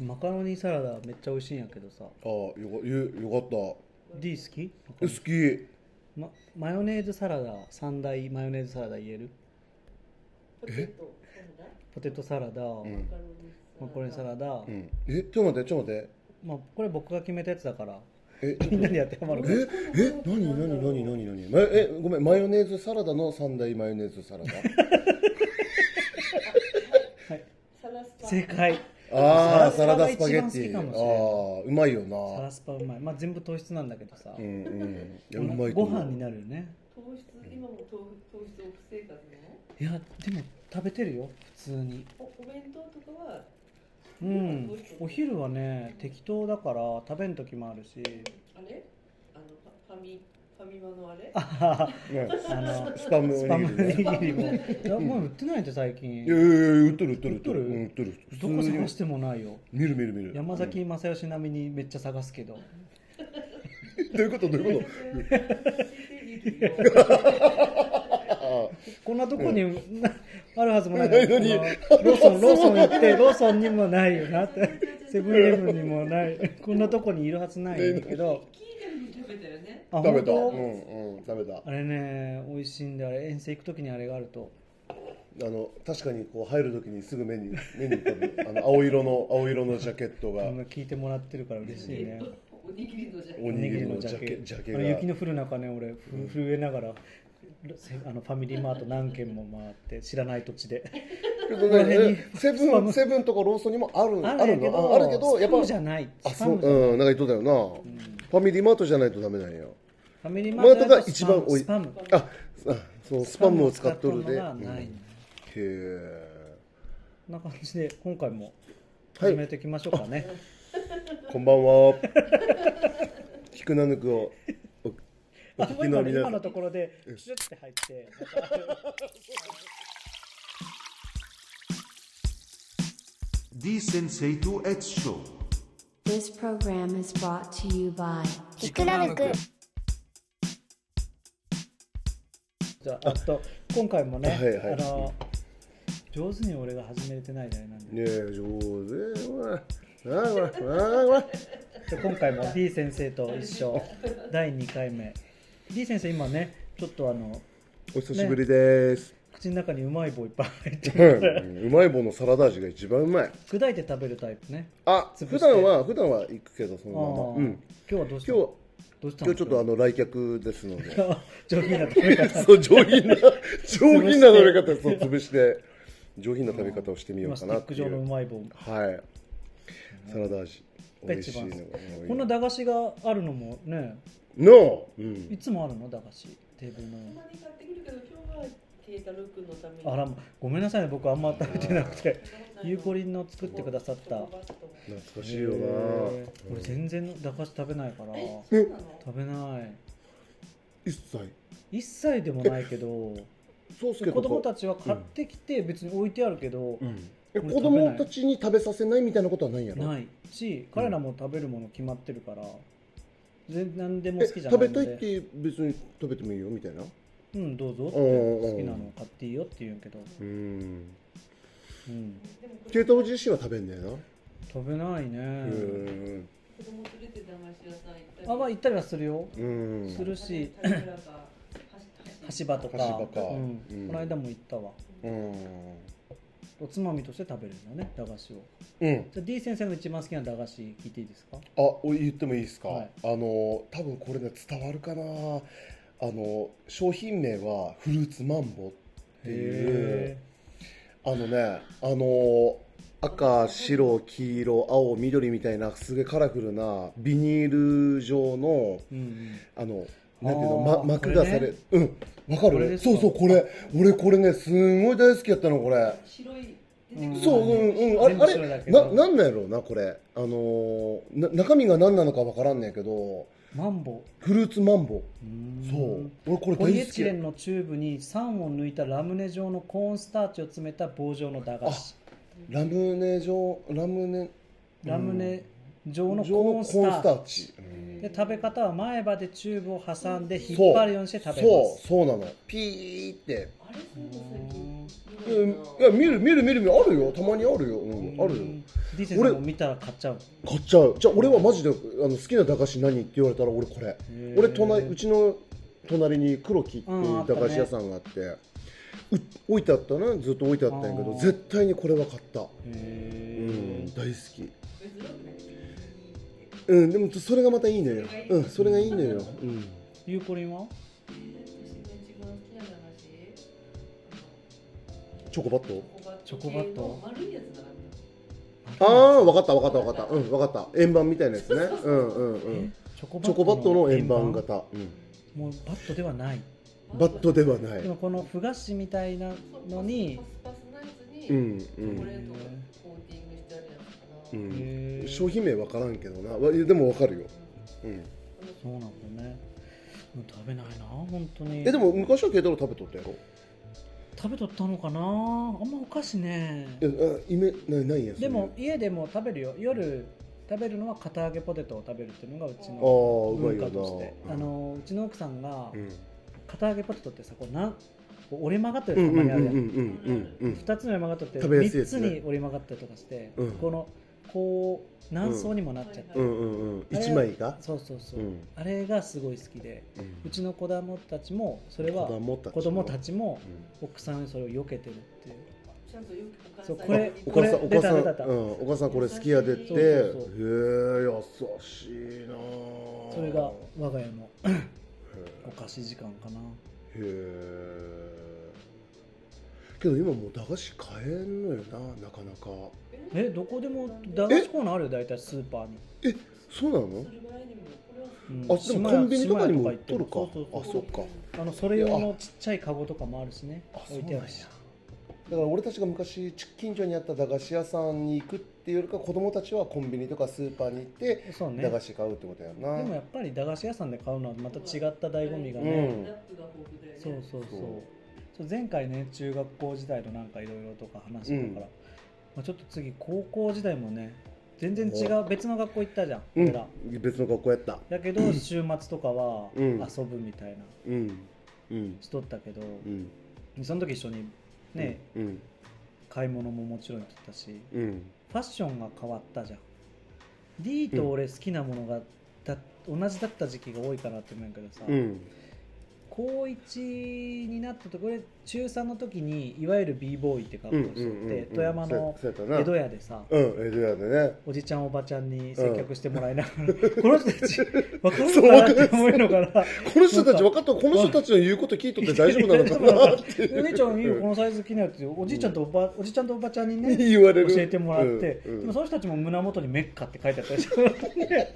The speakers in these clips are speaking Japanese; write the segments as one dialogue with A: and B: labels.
A: マカロニサラダめっちゃ美味しいんやけどさ
B: ああよかよよかった
A: D 好き
B: え好き
A: ま、マヨネーズサラダ三大マヨネーズサラダ言える
C: ポテト
A: ポテトサラダ、
B: ん
A: マカロニサラダ、
B: うんえちょっと待ってちょっと待って
A: まあ、これ僕が決めたやつだから
B: えちょっ
A: み
B: と
A: んなに当てはまるか
B: ええ何何何何何まえごめんマヨネーズサラダの三大マヨネーズサ ラダ
C: サラスパ
A: 正解
B: ああサ
A: サ
B: ラ
A: ラ
B: ダ
A: ダ
B: ス
A: ス
B: パ
A: パ
B: ゲ
A: ゲ
B: ッ
A: ッ
B: テ
A: テ
B: ィ
A: ィ
B: あ
A: が
B: あ
A: 一番好きかもしれない
B: ーうまいよ
A: サラ
B: な
A: スパうまいまあ全部糖質なんだけどさ
B: う、んうんいやう
A: まあ
B: まいと
A: ご
B: 思う
A: 飯になるよね
C: 糖質今も糖糖質オフ生活ね
A: いやでも食べてるよ普通に
C: おお弁当とかは
A: うんお昼はね適当だから食べん時もあるし
C: あれあのファファミファミマのあれ
A: あはは
B: ね
A: あの
B: スパムお
A: スパ
B: に
A: ム
B: ぎ
A: お
B: りね
A: にぎりもいやもう売ってないって最近
B: いやいやいや売っとる売っとる
A: 売っとる
B: うん売っとる普通
A: どこ
B: に
A: 探してもないよ
B: 見る見る見る
A: 山崎正義並みにめっちゃ探すけど
B: うん どういうことどういうこと
A: こんなとこになあるはずもない
B: ないのに
A: このローソンローソン行ってローソンにもないよなってセブンイレブンにもないこんなとこにいるはずないんだけど
C: 聞いてるに食べたよね
A: あ
B: 食べたう
A: 本当
B: んうん食べた
A: あれね美味しいんであれ遠征行く時にあれがあると
B: あの確かにこう入るときにすぐ目に目に浮かぶあの青色の青色のジャケットが
A: 聞いてもらってるから嬉しいね
C: おにぎりのじゃ
B: おにぎりのジャケジャケ
A: あの雪の
B: が
A: 降る中ね俺ふ 震えながらせあのファミリーマート何軒も回って知らない土地で
B: け
A: こ
B: ど
A: の辺に
B: ねセブンセブンとかローソンにもあるあ
A: あ
B: る
A: るけ
B: の
A: ど
B: ああるけどやっ
A: スパムじ
B: ぱ
A: ゃない
B: あ
A: スパ
B: そう
A: ムじゃない
B: うんなんか言っとったよなファミリーマートじゃないとダメなんや
A: ファミリー
B: マ
A: マ
B: ー
A: ー
B: ト
A: ト
B: が
A: が
B: 一
A: 一
B: 番
A: 番
B: 多
A: 多
B: い
A: いスパム
B: ああそのスパムを使っとるで
A: スパムを使っとるのがない
B: うんへえ
A: こんな感じで今回も
B: はい
A: 始めていきましょうかね、
B: こんば んは。ひくなぬくをおお
A: あ
B: 聞
A: もう
B: き
A: 一個ね
B: の皆さ
A: 今
B: ん
A: の。ところで
B: うん
A: シュッて入って
D: Die Sensei to Ed Show.
E: This program is brought to you by
F: ひくらぬく
A: じゃああと今回もね、
B: はいはい
A: あの上手に俺が始めれてないじゃないなんで
B: ねえ上手ほら。ああほらああほら。
A: じゃあ今回も D 先生と一緒第2回目 D 先生今ねちょっとあの
B: お久しぶ りです。
A: 口の中にうまい棒いっぱい入って
B: うん
A: る
B: うまい棒のサラダ味が一番うまい。
A: 砕いて食べるタイプね
B: あ
A: 潰して
B: 普段は普段は行くけどそ
A: あ
B: のまま。
A: ー
B: うん。
A: 今日はどうした
B: 今日
A: のどうした
B: 今日ちょっとあの来客ですので。
A: の 上品な食べ方
B: そう上 品な上品な食べ方そう潰して上品な食べ方をしてみよう
A: 今ステ
B: か
A: ィ
B: な
A: ッ
B: って
A: ク
B: い
A: 状のう
B: う。
A: まい棒
B: はい。サラダ味。美味しいのが多い
A: こんな駄菓子があるのもね
B: の、うん
A: い、つもあるの駄菓子テーブルの
C: たまに買ってくるけど今日はケータル君のために
A: あらごめんなさいね僕あんま食べてなくてゆうこ
C: り
A: りんの作ってくださった
B: 懐かしいよな、
A: へー俺全然駄菓子食べないから
C: そうなの
A: 食べない
B: 一切
A: 一切でもないけど
B: そうすけ
A: 子
B: ど
A: 供たちは買ってきて別に置いてあるけど、
B: うん、え
A: 俺
B: 子
A: 食べな
B: 供
A: い
B: たちに食べさせないみたいなことはないんやろ
A: ないし彼らも食べるもの決まってるから全何でも
B: え
A: 好きじゃな
B: 食
A: い
B: べ
A: ので
B: たいって別に食べてもいいよみたいな
A: うんどうぞって
B: おうおうおう
A: 好きなの買っていいよって言うんやけど、
B: うん
A: うん、
C: でもこ
B: ケイタおじ自身は食べんねえな
A: 食べないね
B: うん
C: 子供連れて駄菓子屋さん行ったり
A: あまあ行ったりはするよ
B: うん
A: するし
C: タイムラが走
A: 橋場とか
B: 橋場か
A: うん
B: うん
A: この間も行ったわ
B: うん
A: おつまみとして食べるんだね駄菓子を
B: うん
A: じゃあ D 先生の一番好きな駄菓子聞いていいですか
B: あお言ってもいいですか、
A: はい
B: あの多分これね伝わるかなあの商品名はフルーツマンボっていうあのね、あのー赤、白、黄色、青、緑みたいなすげえカラフルなビニール状の
A: え、うんうん、
B: あの、なんていう
A: あ
B: の、
A: ー
B: ま、膜がされ、うん、わか
A: これ
B: る
A: ですか
B: そうそう、これ、俺これね、すんごい大好きやったの、これ。
C: 白い
A: うん
B: そう、うん、うん、あれ、
A: 全
B: あ
A: 部白だ
B: れ、
A: けど
B: な、なんなんやろうな、これ。あのーな、中身が何なのかわからんねんけど、
A: マンボ
B: フルーツマンボ。
A: ウうーん
B: そう、俺これ
A: ポリエ
B: 大好
A: チ
B: き
A: レ。ンのチューブに酸を抜いたラムネ状のコーンスターチを詰めた棒状の駄菓子
B: ラムネ状、ラムネ、
A: ラムネ状の
B: 上の
A: コー
B: コー
A: ン
B: ン
A: スター
B: スターチうん
A: で食べ方は前歯でチューブを挟んで
B: そ
A: 引っ張るようにして食べます
B: そうそうなのピーって
C: あれそうだ最近見
B: うん
C: る
B: い
C: な
B: や見る見る見る見るあるよたまにあるよ、うん、あるよ
A: ディセンさんも見たら買っちゃう
B: 買っちゃうじゃあ俺はマジであの好きな駄菓子何って言われたら俺これ
A: へー
B: 俺隣うちの隣に黒木ってい
A: うんあ
B: う
A: った
B: 駄
A: ね
B: 菓子屋さんがあってう置いてあったねずっと置いてあったんやけ
A: あ
B: ど
A: ー
B: 絶対にこれは買ったう
A: へ
B: ん大好き
C: 珍しくない
B: うんでもそれがまたいいのようんそれがいいのようん
A: えゆうこりんは
C: 私が一番好きな駄菓子
B: チョコバット
C: あの
A: チョコバット
C: 系の丸いやつだなか
B: ああ分かった分かった分かったうん分かった円盤みたいなやつねうんうんうん
A: チョコ
B: チョコバットの円盤型、うん、
A: もうバットではない
C: った
B: バットではない
A: でもこのふ菓子みたいなのに
C: パスパスパスのやつに、
B: うんう
C: チョコレ
B: ん、
C: ートがコーティングしてあるやつかな、
B: うん、
A: へー
B: 商品名分からんけどなわいやでも分かるよ、うん、
A: そうなんだねもう食べないな本当に
B: えでも昔は慶太郎食べとったやろ
A: 食べとったのかなあんまお菓子ね
B: えあイメないないやそれ
A: でも家でも食べるよ夜食べるのは片揚げポテトを食べるっていうのがうち
B: あ
A: の
B: あうまい
A: 文
B: よ
A: 化
B: な
A: としてあのうちの奥さんが
B: うん
A: 片揚げポテトってさこうなんこう折れ曲がった
B: う
A: り
B: ん
A: たま
B: うん
A: に
B: う
A: あ
B: ん
A: るや
B: うん
A: ん
B: うんうんうん
A: 2つの折れ曲がっとって
B: 食べやす
A: 3
B: いやつ
A: つ
B: ね
A: に折れ曲がったりとかして
B: うん
A: このこう何層にもなっちゃって
B: うんうんうん一枚が
A: そうそうそううんあれがすごい好きで
B: うん
A: うちの子供たちもそれは
B: たち
A: 子供たちも
B: うん
A: 奥さんにそれを避けてるっていう
C: ちゃんとよく
A: そう
C: お母さん
A: これ
C: に
B: お母さ
A: これ
B: ん、お母さん、
A: 出た出た
B: うん、お母さんこれ好きやでって、へえ、
C: そう
A: そうそう
B: 優しいなあ。
A: それが我が家の
B: へ
A: お菓子時間かな
B: え。へえ。けど今もう駄菓子買えんのよな、なかなか。
A: えどこでも駄菓子コーナーあるよ大体スーパーに、
B: そうなの？
C: それぐらいにもこれは
A: うん
B: あ、でもコンビニとかにも売っとるか。
A: そうそうそう
B: あ、そっか。
A: あのそれ用のちっちゃいカゴとかもあるしね
B: あ、そう
A: 置い
B: な
A: てあ
B: んや。だ
A: るし
B: から俺たちが昔近所にあった駄菓子屋さんに行くっていうよりか子供たちはコンビニとかスーパーに行って
A: そうね
B: 駄菓
A: で
B: 子買うってことやな。
A: もやっぱり駄菓子屋さんで買うのはまた違った醍醐味が
B: う
A: ね、
B: ん
C: ラップが豊富だよね
A: そうそうそう
B: そう
A: そう前回ね中学校時代のなんかいろいろとか話してたから、
B: うん
A: まあ、ちょっと次高校時代もね全然違う別の学校行ったじゃん、
B: う
A: 俺ら
B: ん、別の学校やった。
A: だけど週末とかは
B: うん
A: 遊ぶみたいな
B: うん、うん、
A: しとったけど、
B: うん。
A: その時一緒にね、
B: うん、
A: 買い物ももちろん行ってたし
B: うん、
A: ファッションが変わったじゃん D と俺好きなものがだ、同じだった時期が多いかなって思うんやけどさ、
B: うん、
A: 高1になったところで中3の時にいわゆる b ボーイって格好をしとって富山の
B: そ
A: 江
B: うやった
A: 戸
B: な
A: 屋でさ
B: うん、江戸屋でね。
A: おじちゃんおばちゃんに接客してもらいなが ら、この人たち分かるの
B: そう
A: かなって思いのから
B: この人たち分かった、この人たちの言うこと聞いとって大丈夫なのかなって
A: お姉ちゃんいいよこのサイズ気になるっておじいちゃんとおばおじちゃんとおばちゃんにね
B: 言われる。
A: 教えてもらって、
B: うん
A: でもその人たちも胸元にメッカって書いてあったりして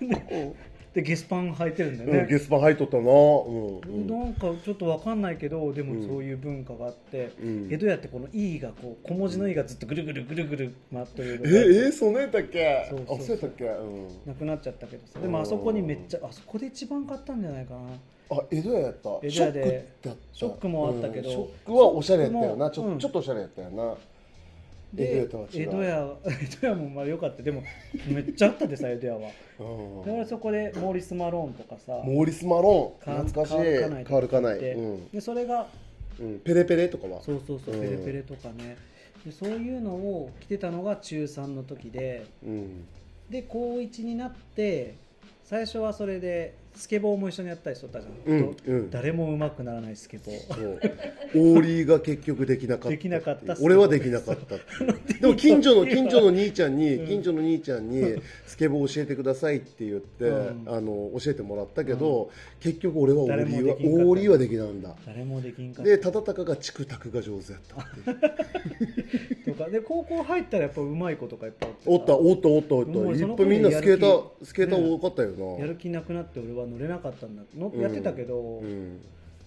A: ででゲスパン履いてるんだよね、
B: うん、ゲスパ入っとったな。うん、うん。
A: なんかちょっとわかんないけどでもそういう文化があって、
B: うん
A: 江戸屋ってこの「い」がこう小文字の「い」がずっとぐるぐるぐるぐる回ってる
B: え、え
A: のが
B: ー、そんなんやったっけ
A: そうそう
B: あ、そうやったっけうん。
A: なくなっちゃったけどさでもあそこにめっちゃあそこで一番買ったんじゃないかな
B: あ、江戸屋やった。
A: 江戸屋で
B: ショックだった。
A: ショックもあったけど
B: うんショックはおしゃれやったよな。
A: シ
B: ち
A: ョックもう
B: ょ
A: ん
B: ちょっとおしゃれやったよな。
A: で
B: 江戸屋とは違う
A: 江戸屋江戸屋もまあ良かったでもめっちゃあったでさ江 戸屋は
B: うん
A: だからそこでモーリス・マローンとかさ
B: モーリス・マロ
A: カ
B: ー
A: ー
B: ン、懐かしい。
A: カ
B: カ
A: ー
B: ー
A: ルカ
B: ルカ
A: ナ
B: ナ
A: イ
B: イ。
A: とか
B: う
A: 行っ
B: ん
A: でそれが
B: うん。ペレペレとかは。
A: そうそうそう
B: うん
A: ペレペレとかねでそういうのを着てたのが中3の時で
B: うん。
A: で高1になって最初はそれでスケボーも一緒にやったりしとったじゃん、
B: うん
A: と
B: うん
A: 誰も上手くならないスケボー
B: そうオーリーが結局できなかった
A: できなかったっす
B: 俺はできなかったっ ていうでも近所の近所の兄ちゃんに、
A: うん
B: 近所の兄ちゃんにスケボー教えてくださいって言って、
A: うん
B: あの教えてもらったけど、結局俺はオーリー
A: 誰もできんかった
B: はオーリーはできなんだ
A: 誰もできんかっ
B: で忠敬がチクタクが上手やったっていう
A: たとかで高校入ったらやっぱ上手い子とかいっぱい
B: おったおったおったおっ
A: でも
B: た
A: 俺
B: い
A: その
B: っぱいみんなスケータ
A: 頃やる
B: ースケーター多かったよな、
A: やる気なくなって俺は乗れなかったんだの、
B: うん
A: やってたけど、
B: うん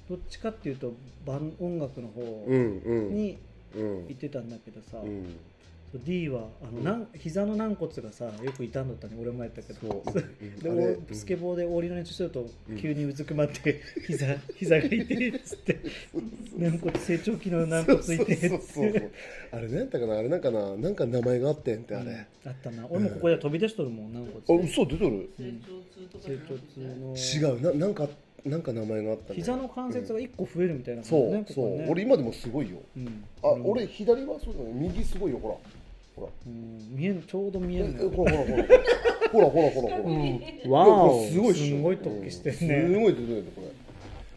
A: どっちかっていうとバン音楽の方
B: うんうん
A: に
B: うん
A: 行ってたんだけどさ、
B: うん
A: そと D はあの、なん、膝の軟骨がさよく痛んどったね俺もやったけど
B: そううん
A: で
B: あれ
A: もスケボーでオーリーの練習すると
B: うん
A: 急にうずくまって膝膝が痛いっつって軟骨成長期の軟骨痛いって
B: そうそうそうあれ何やったかなあれなんかななんか名前があってんってあ
A: うん
B: れ、
A: あったな俺もここで飛び出しとるもん軟
B: あ
A: 骨
B: 嘘出とる
C: 成長痛とかじ
A: 成
C: ゃな
A: 長痛の
C: くて
B: 違うななんかなんか名前があったね
A: 膝の関節が一個増えるみたいな感じ
B: そう、
A: ねこ
B: そ
A: こね
B: う俺今でもすごいよ
A: うん
B: あ、
A: うん
B: 俺左はそうだね右すごいよほらほら
A: うん見えんちょうど見え
B: え
A: る
B: えほらほらほらほらほらほらほら
A: うん
B: いやこれ
A: すごいっしょすごい突起してんね
B: うんすごい出てるねこれ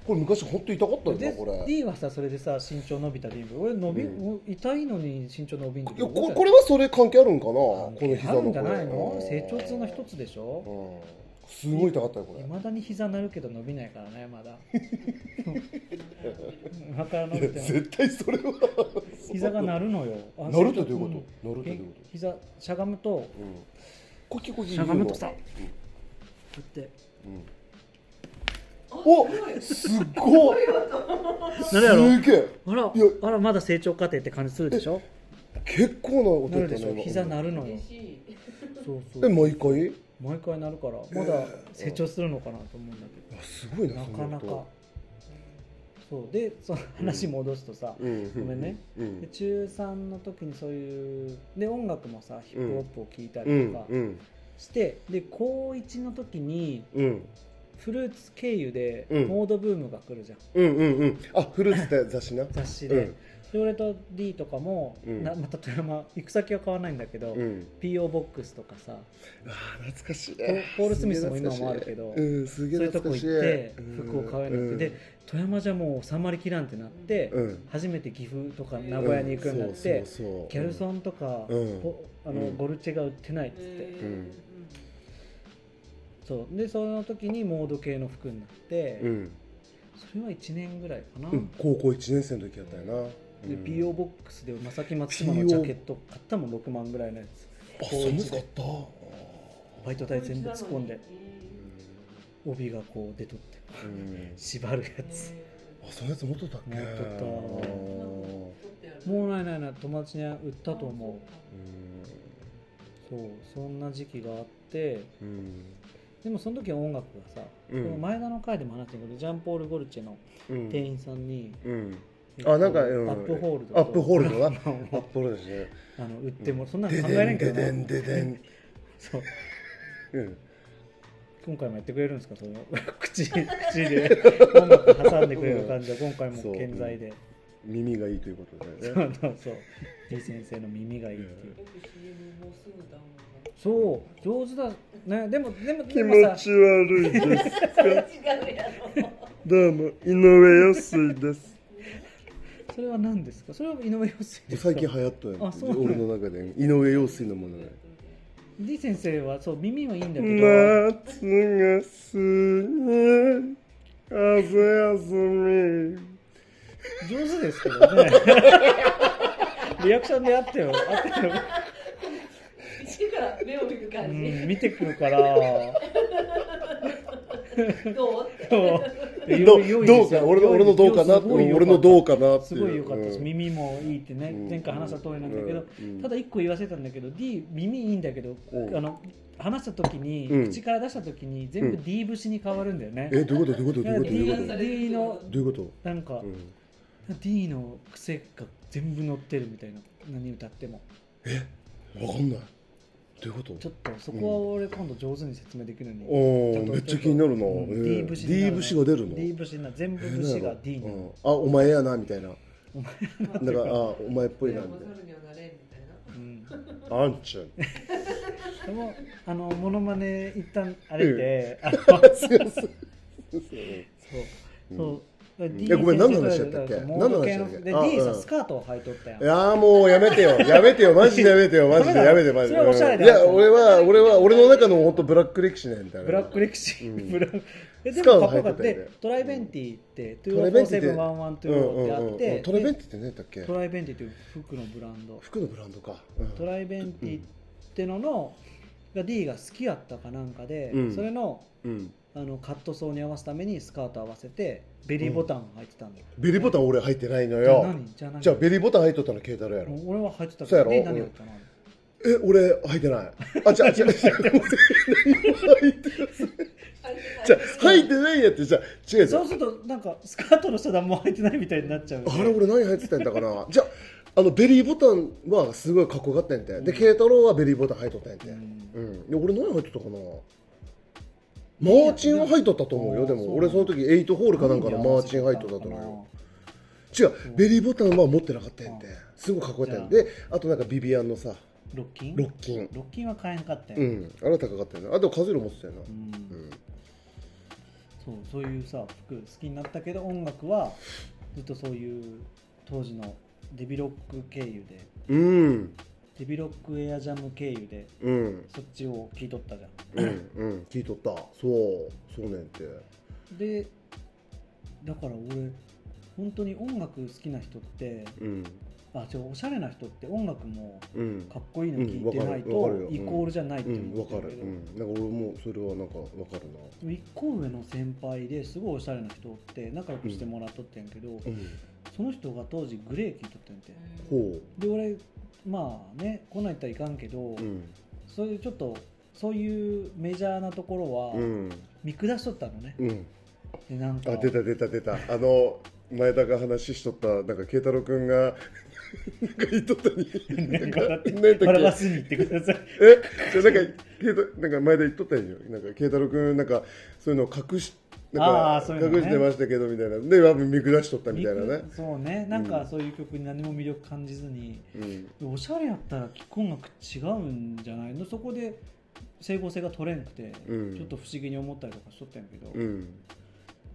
B: これ昔本当痛かったよな
A: で
B: これいや
A: D はさそれでさ身長伸びた理由俺伸び、
B: う
A: 痛いのに身長伸びんの
B: ここれはそれ関係あるんかなこの膝
A: ある
B: の
A: んじゃない
B: こ
A: の
B: れ
A: 成長痛の一つでしょ
B: うんすごい痛かったよこ
A: い
B: れ
A: まだに膝なるけど伸びないからねま だ今から伸び
B: い
A: て
B: や
A: も
B: 絶対それは
A: 膝がなるのよあ
B: なるってどういうこ
A: ん
B: となるってどういうこと
A: 膝しゃがむとこ
B: うんこっちこっち
A: しゃがむとさうやって
B: うんうんおすっごい
A: なるやろ
B: すげえ
A: あら
B: いや
A: あらまだ成長過程って感じするでしょ
B: 結構な音
A: なる
B: だった
A: でしょ
B: ね
A: 膝なるのよ
C: 激しい
A: そうそう
B: え毎回
A: 毎回なるからまだ成長するのかなと思うんだけど
B: あすごいな
A: な
B: そ
A: か
B: の
A: な
B: 音
A: かそうでその話戻すとさ、
B: うん
A: ごめんね
B: う
A: で
B: ん
A: 中3の時にそういうで音楽もさヒップホップを聴いた
B: う
A: りと
B: ん
A: か
B: うん
A: して、で高1の時に
B: うん
A: フルーツ経由で
B: うん
A: モードブームが来るじゃん、
B: うんうんうんあフルーツって雑誌な
A: 雑誌
B: う
A: で,、
B: ん
A: で俺と D とかも、
B: うん
A: なまた富山行く先は買わないんだけど、
B: うん
A: PO ボックスとかさ
B: あー懐かしい
A: ポールスミスも今もあるけど
B: うんす
A: そ
B: げ
A: うい
B: え
A: うとこ
B: 懐
A: 行っ
B: かしい
A: て服を買えなくて、
B: うん
A: で富山じゃもう収まりきらんってなって、
B: うん
A: 初めて岐阜とか名古屋に行くようになって、
B: そうそうそう
A: ギャルソンとか、
B: うん
A: ポあの
B: うん
A: ゴルチェが売ってないっつって、
C: え
A: そうでその時にモード系の服になって、
B: うん
A: それは1年ぐらいかな、
B: うん高校1年生の時やったよな
A: で
B: うん
A: PO ボックスで正木松島のジャケット買ったもん6万ぐらいのやつ
B: あ
A: 高一で
B: 寒かったあ
A: バイト
C: ー
A: 代全部突っ込んで
B: ー
A: 帯がこう出とって
B: うん
A: 縛るやつ
B: あそのやつ持っとったっけ
A: 持っとった
C: う
A: もうないないない友達に売ったと思うそうそんな時期があって
B: うんうん
A: でもその時は音楽がさ、
B: うん
A: でも前田の回でも話したけどジャンポール・ゴルチェの
B: うん
A: 店員さんに、
B: うんあなんか、うん
A: アップホールド
B: アップホールド なア
A: まあまあ
B: ップホールドですね
A: あの売ってもそんなの考えれんけどな
B: ででんででんで
A: そう
B: でんうん
A: 今回もやってくれるんですかその 口 口で音楽挟んでくれる感じは今回も
B: そう
A: 健在で
B: 耳がいいということ
A: そ
B: だ
A: う
B: よね
A: そうそう D 先生の耳がいいっていう
C: よく CM もうすぐダウン
A: そう上手だねでもでも
B: 気
A: でも
B: 持
A: さ
B: ち悪いです
C: ロード違うやろ
B: どうも井上陽水です
A: それは何ですかそれは井上陽水ですか
B: 最近流行ったやん
A: あそうなの
B: 俺の中で井上陽水のものね
A: D 先生はそう耳はいいんだけど
B: 夏が過ぎ風休み
A: 上手ですけどねリアクションであってよあってよ
C: 一から目を見る
A: う
C: 感
A: ん見てくるから
C: じどうって
A: そう
B: ど
A: 良い良い
B: ど
A: で
B: う
A: すよ
B: か俺の俺のどうかな
A: すごい良か
B: 俺のどうかなっていう
A: すごい良かったです、
B: うん
A: 耳もいいってね
B: うん
A: 前回話した通りなんだけど、
B: うん
A: ただ一個言わせたんだけど D 耳いいんだけど、
B: うん
A: あの話した時に、
B: うん
A: 口から出した時に全部
B: うん
A: D 節に変わるんだよね、
B: えどういうことどういうことどういうことどういうこ
A: だか
B: と
A: ら D, D の
B: どういうこ
A: なんか、
B: と、うん、
A: D の癖が全部乗ってるみたいな何歌っても
B: わかんないどういうこと
A: ちょっとそこは俺今度上手に説明できるのに、ち
B: お
A: ょっ
B: ー
A: と
B: めっちゃ気になるな、
A: うん D 節になる
B: D 節が出るの
A: D 節になる全部
B: えー
A: 節
B: な
A: が
B: んだ
A: D にな
B: う
A: る、
B: ん、あお前やなみたいな
C: まあ
B: だからあお前っぽいなみ
C: でも
B: た
C: 猿にはなれんみたいな
A: うん
B: いなあんちゃん
A: でもあのモノマネ一旦あれで、あの
B: 強すぎ
A: そうそう、
B: ん
A: D
B: いやごめん何の話
A: 先生
B: だったっけ
A: だからモード系の
B: 何の話だっけ
A: で
B: あ
A: D
B: う
A: さ
B: ん
A: スカートを履いとったやん
B: いやーもうやめてよやめてよマジでやめてよマジでやめてマジ
A: そ
B: で
A: れはおしゃれだ
B: いや俺は俺は俺の中の本当ブラック歴史ねみたいな
A: ブラック歴史、
B: う ん
A: ブラックえで
B: スカ
A: も
B: ー
A: か
B: ト
A: っこ
B: 履
A: よか
B: いてたよ
A: っ
B: ね
A: たでトライベンティって
B: トライベンティって
A: 204712ってあっ
B: うんうんうん
A: て
B: トライベンティって何やったっけ
A: でトライベンティという服のブランド
B: 服のブランドか、うん
A: トライベンティってののが D が好きやったかなんかで、
B: うん
A: それの
B: うん
A: あのカットソーに合わせるためにスカート合わせてベリーボタンを履いてたんだよ、
B: ベリーボタン俺入ってないの
A: じゃあ
B: よ
A: 何じゃあ何
B: じゃあベリーボタン入ってたのケータロやろ
A: 俺は履いてた
B: そうやろ
A: D 何やったの
B: え、俺、履いてない。あ、じゃあ、じゃあ、じゃあ履いてないやって、じゃあ、違うじゃ
A: そうするとなんかスカートの下段も履いてないみたいになっちゃうんで
B: あれ、俺何履いてたんだかな。じゃあ、あの、ベリーボタンはすごいかっこよかったんやて。で、慶太郎はベリーボタン履いとったんやて。
A: うん
B: うん。で俺何履いとったかな。マーチンは履いとったと思うよ。で
A: あー
B: も、
A: そう
B: 俺その時、エイトホールかなんかのマーチン履いとったと思うよ。違う、ベリーボタンは持ってなかったんやんて
A: うん。
B: すごいかっこよかったんやんで、あとなんかビビアンのさ、
A: ロッキン
B: ロッキン。
A: ロッキンは買えんかったよ、
B: うん、あれは高かったよね。あ、でも風色持ってたよな。
A: うん
B: うん。
A: そうそういうさ服好きになったけど音楽はずっとそういう当時のデビロック経由で
B: うん。
A: デビロックエアジャム経由で
B: うん。
A: そっちを聞いとったじゃん
B: うん。うん。聞いとった。そう。そうねんって。
A: でだから俺本当に音楽好きな人って
B: うん。
A: あ違うおしゃれな人って音楽も
B: うん。
A: かっこいいの聞いてないと
B: うんわかるわかるよ
A: イコールじゃないっ
B: う
A: て
B: ん。
A: 思
B: わ
A: って
B: か
A: る
B: る。
A: け
B: う
A: ど、
B: ん。なんか俺もそれはなんかわかるな。
A: でも一個上の先輩ですごいおしゃれな人って仲良くしてもらっとってんやけど、
B: うん。
A: その人が当時グレー聞いとったんやて
B: ほ
A: で俺まあね来ないとはいかんけど、
B: う。うん。
A: そういうちょっとそういうメジャーなところ
B: う
A: は
B: ん。
A: 見下しとったのね、
B: うん。
A: でなんか
B: あ、出た出た出た。あの、前田が話しとった、なんか慶太郎くんが、なんか言っとったに。 なんか、なんだっ
A: 笑
B: け
A: わ。ずに言ってください
B: えじゃあなんかけいたなんか前で言っとったんよなんか慶太郎君なんかそういうのを隠しなん
A: あー
B: か
A: そういうのね
B: 隠してましたけどみたいなで多分見下しとったみたいなね
A: 見、下そうねなんかそういう曲に何も魅力感じずに、
B: うん、
A: おしゃれやったら聴く音楽違うんじゃないのそこで整合性が取れんくて、
B: うん
A: ちょっと不思議に思ったりとかしとったんやけど、
B: うん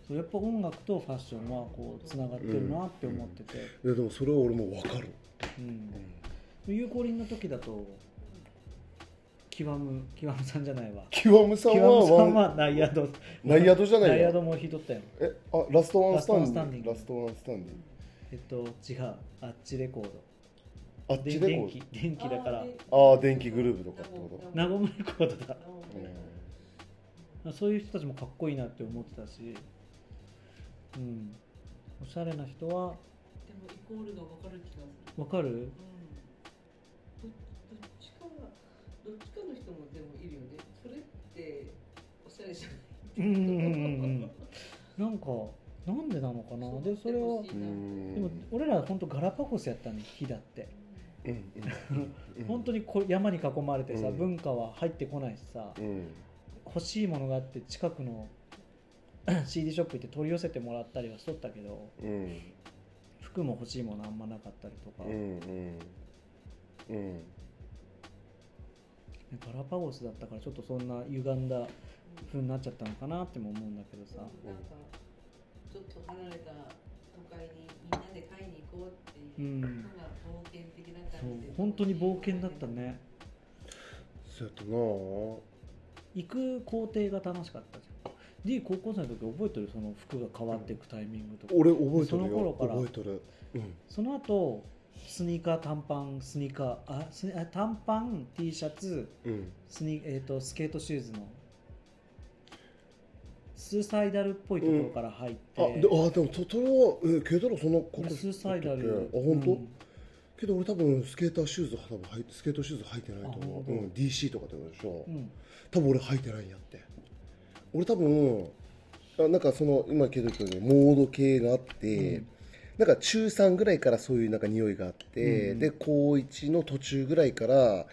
A: そうやっぱ音楽とファッションはこうつながってるなって思ってて、
B: いやでもそれは俺も分かる、
A: うん有効輪の時だと極む極むさんじゃないわ
B: 極むさん
A: 極
B: は
A: むさん
B: ワン
A: はナイアド
B: ナイアドじゃな
A: ナ
B: い
A: イア
B: よ
A: ドも弾いとったよ
B: えあラストワンスタンディングラ
A: ラ
B: ス
A: ス
B: トワンスタンディング
A: えっと違うあっちレコー
B: あ
A: ド
B: っ
A: で
B: ちで
A: 電
B: こ
A: 気電気だから
B: あー電気グループとかってこと
A: ナゴムレコードだ
B: う、うん、
A: そういう人たちもかっこいいなって思ってたしうんおしゃれな人は
C: でもイコールが分かる気がする。
A: わかる
C: うんどどっちかはどっちかの人もでもいるよね。それっておしゃれじゃない。
A: うんうんうんうん なんかなんでなのかなでそれは
C: う
B: う
C: うん
A: でも
B: ん
A: 俺ら本当ガラパゴスやったんで火だって
B: うんうん
A: 本当にこう山に囲まれてさ、
B: うん
A: 文化は入ってこないしさ、
B: うん
A: 欲しいものがあって近くの CD ショップ行って取り寄せてもらったりはしとったけど
B: うん
A: 服も欲しいものあんまなかったりとか、
B: うんうんうん
A: ガラパゴスだったからちょっとそんな歪んだ風になっちゃったのかなっても思うんだけどさ、
C: なんかちょっと離れた都会にみんなで買いに行こうっていうう。なん
A: ん
C: か冒険的な
A: そう
C: 感じで
A: 本当に冒険だったね
B: そうやったなぁ
A: 行く工程が楽しかったじゃん D 高校生の時覚えてるその服が変わっていくタイミングとか、
B: 俺覚えて
A: その
B: る
A: 頃
B: よ
A: から
B: 覚えてる、うん、
A: その後スニーカー短パンスニーカーあスニあ短パン T シャツ
B: うん、
A: スニ、えー、とスケートシューズのスーサイダルっぽいところから入っ
B: あであ
A: て、
B: でもトトロはえケイタロそんなこ
A: 俺
B: こ
A: スーサイダル
B: あ本当、
A: うん
B: けど俺多分スケーターシューズは多分履いスケートシューズ履いてないと
A: あ
B: 思
A: 本
B: う、
A: 当
B: うん、DC とかってことでしょ、
A: うん
B: 多分俺履いてないんやって俺多分あなんかその今ケイタロ言ったようにモード系があって、
A: うん
B: なんか中3ぐらいからそういうなんか匂いがあって、
A: うん
B: で高1の途中ぐらいから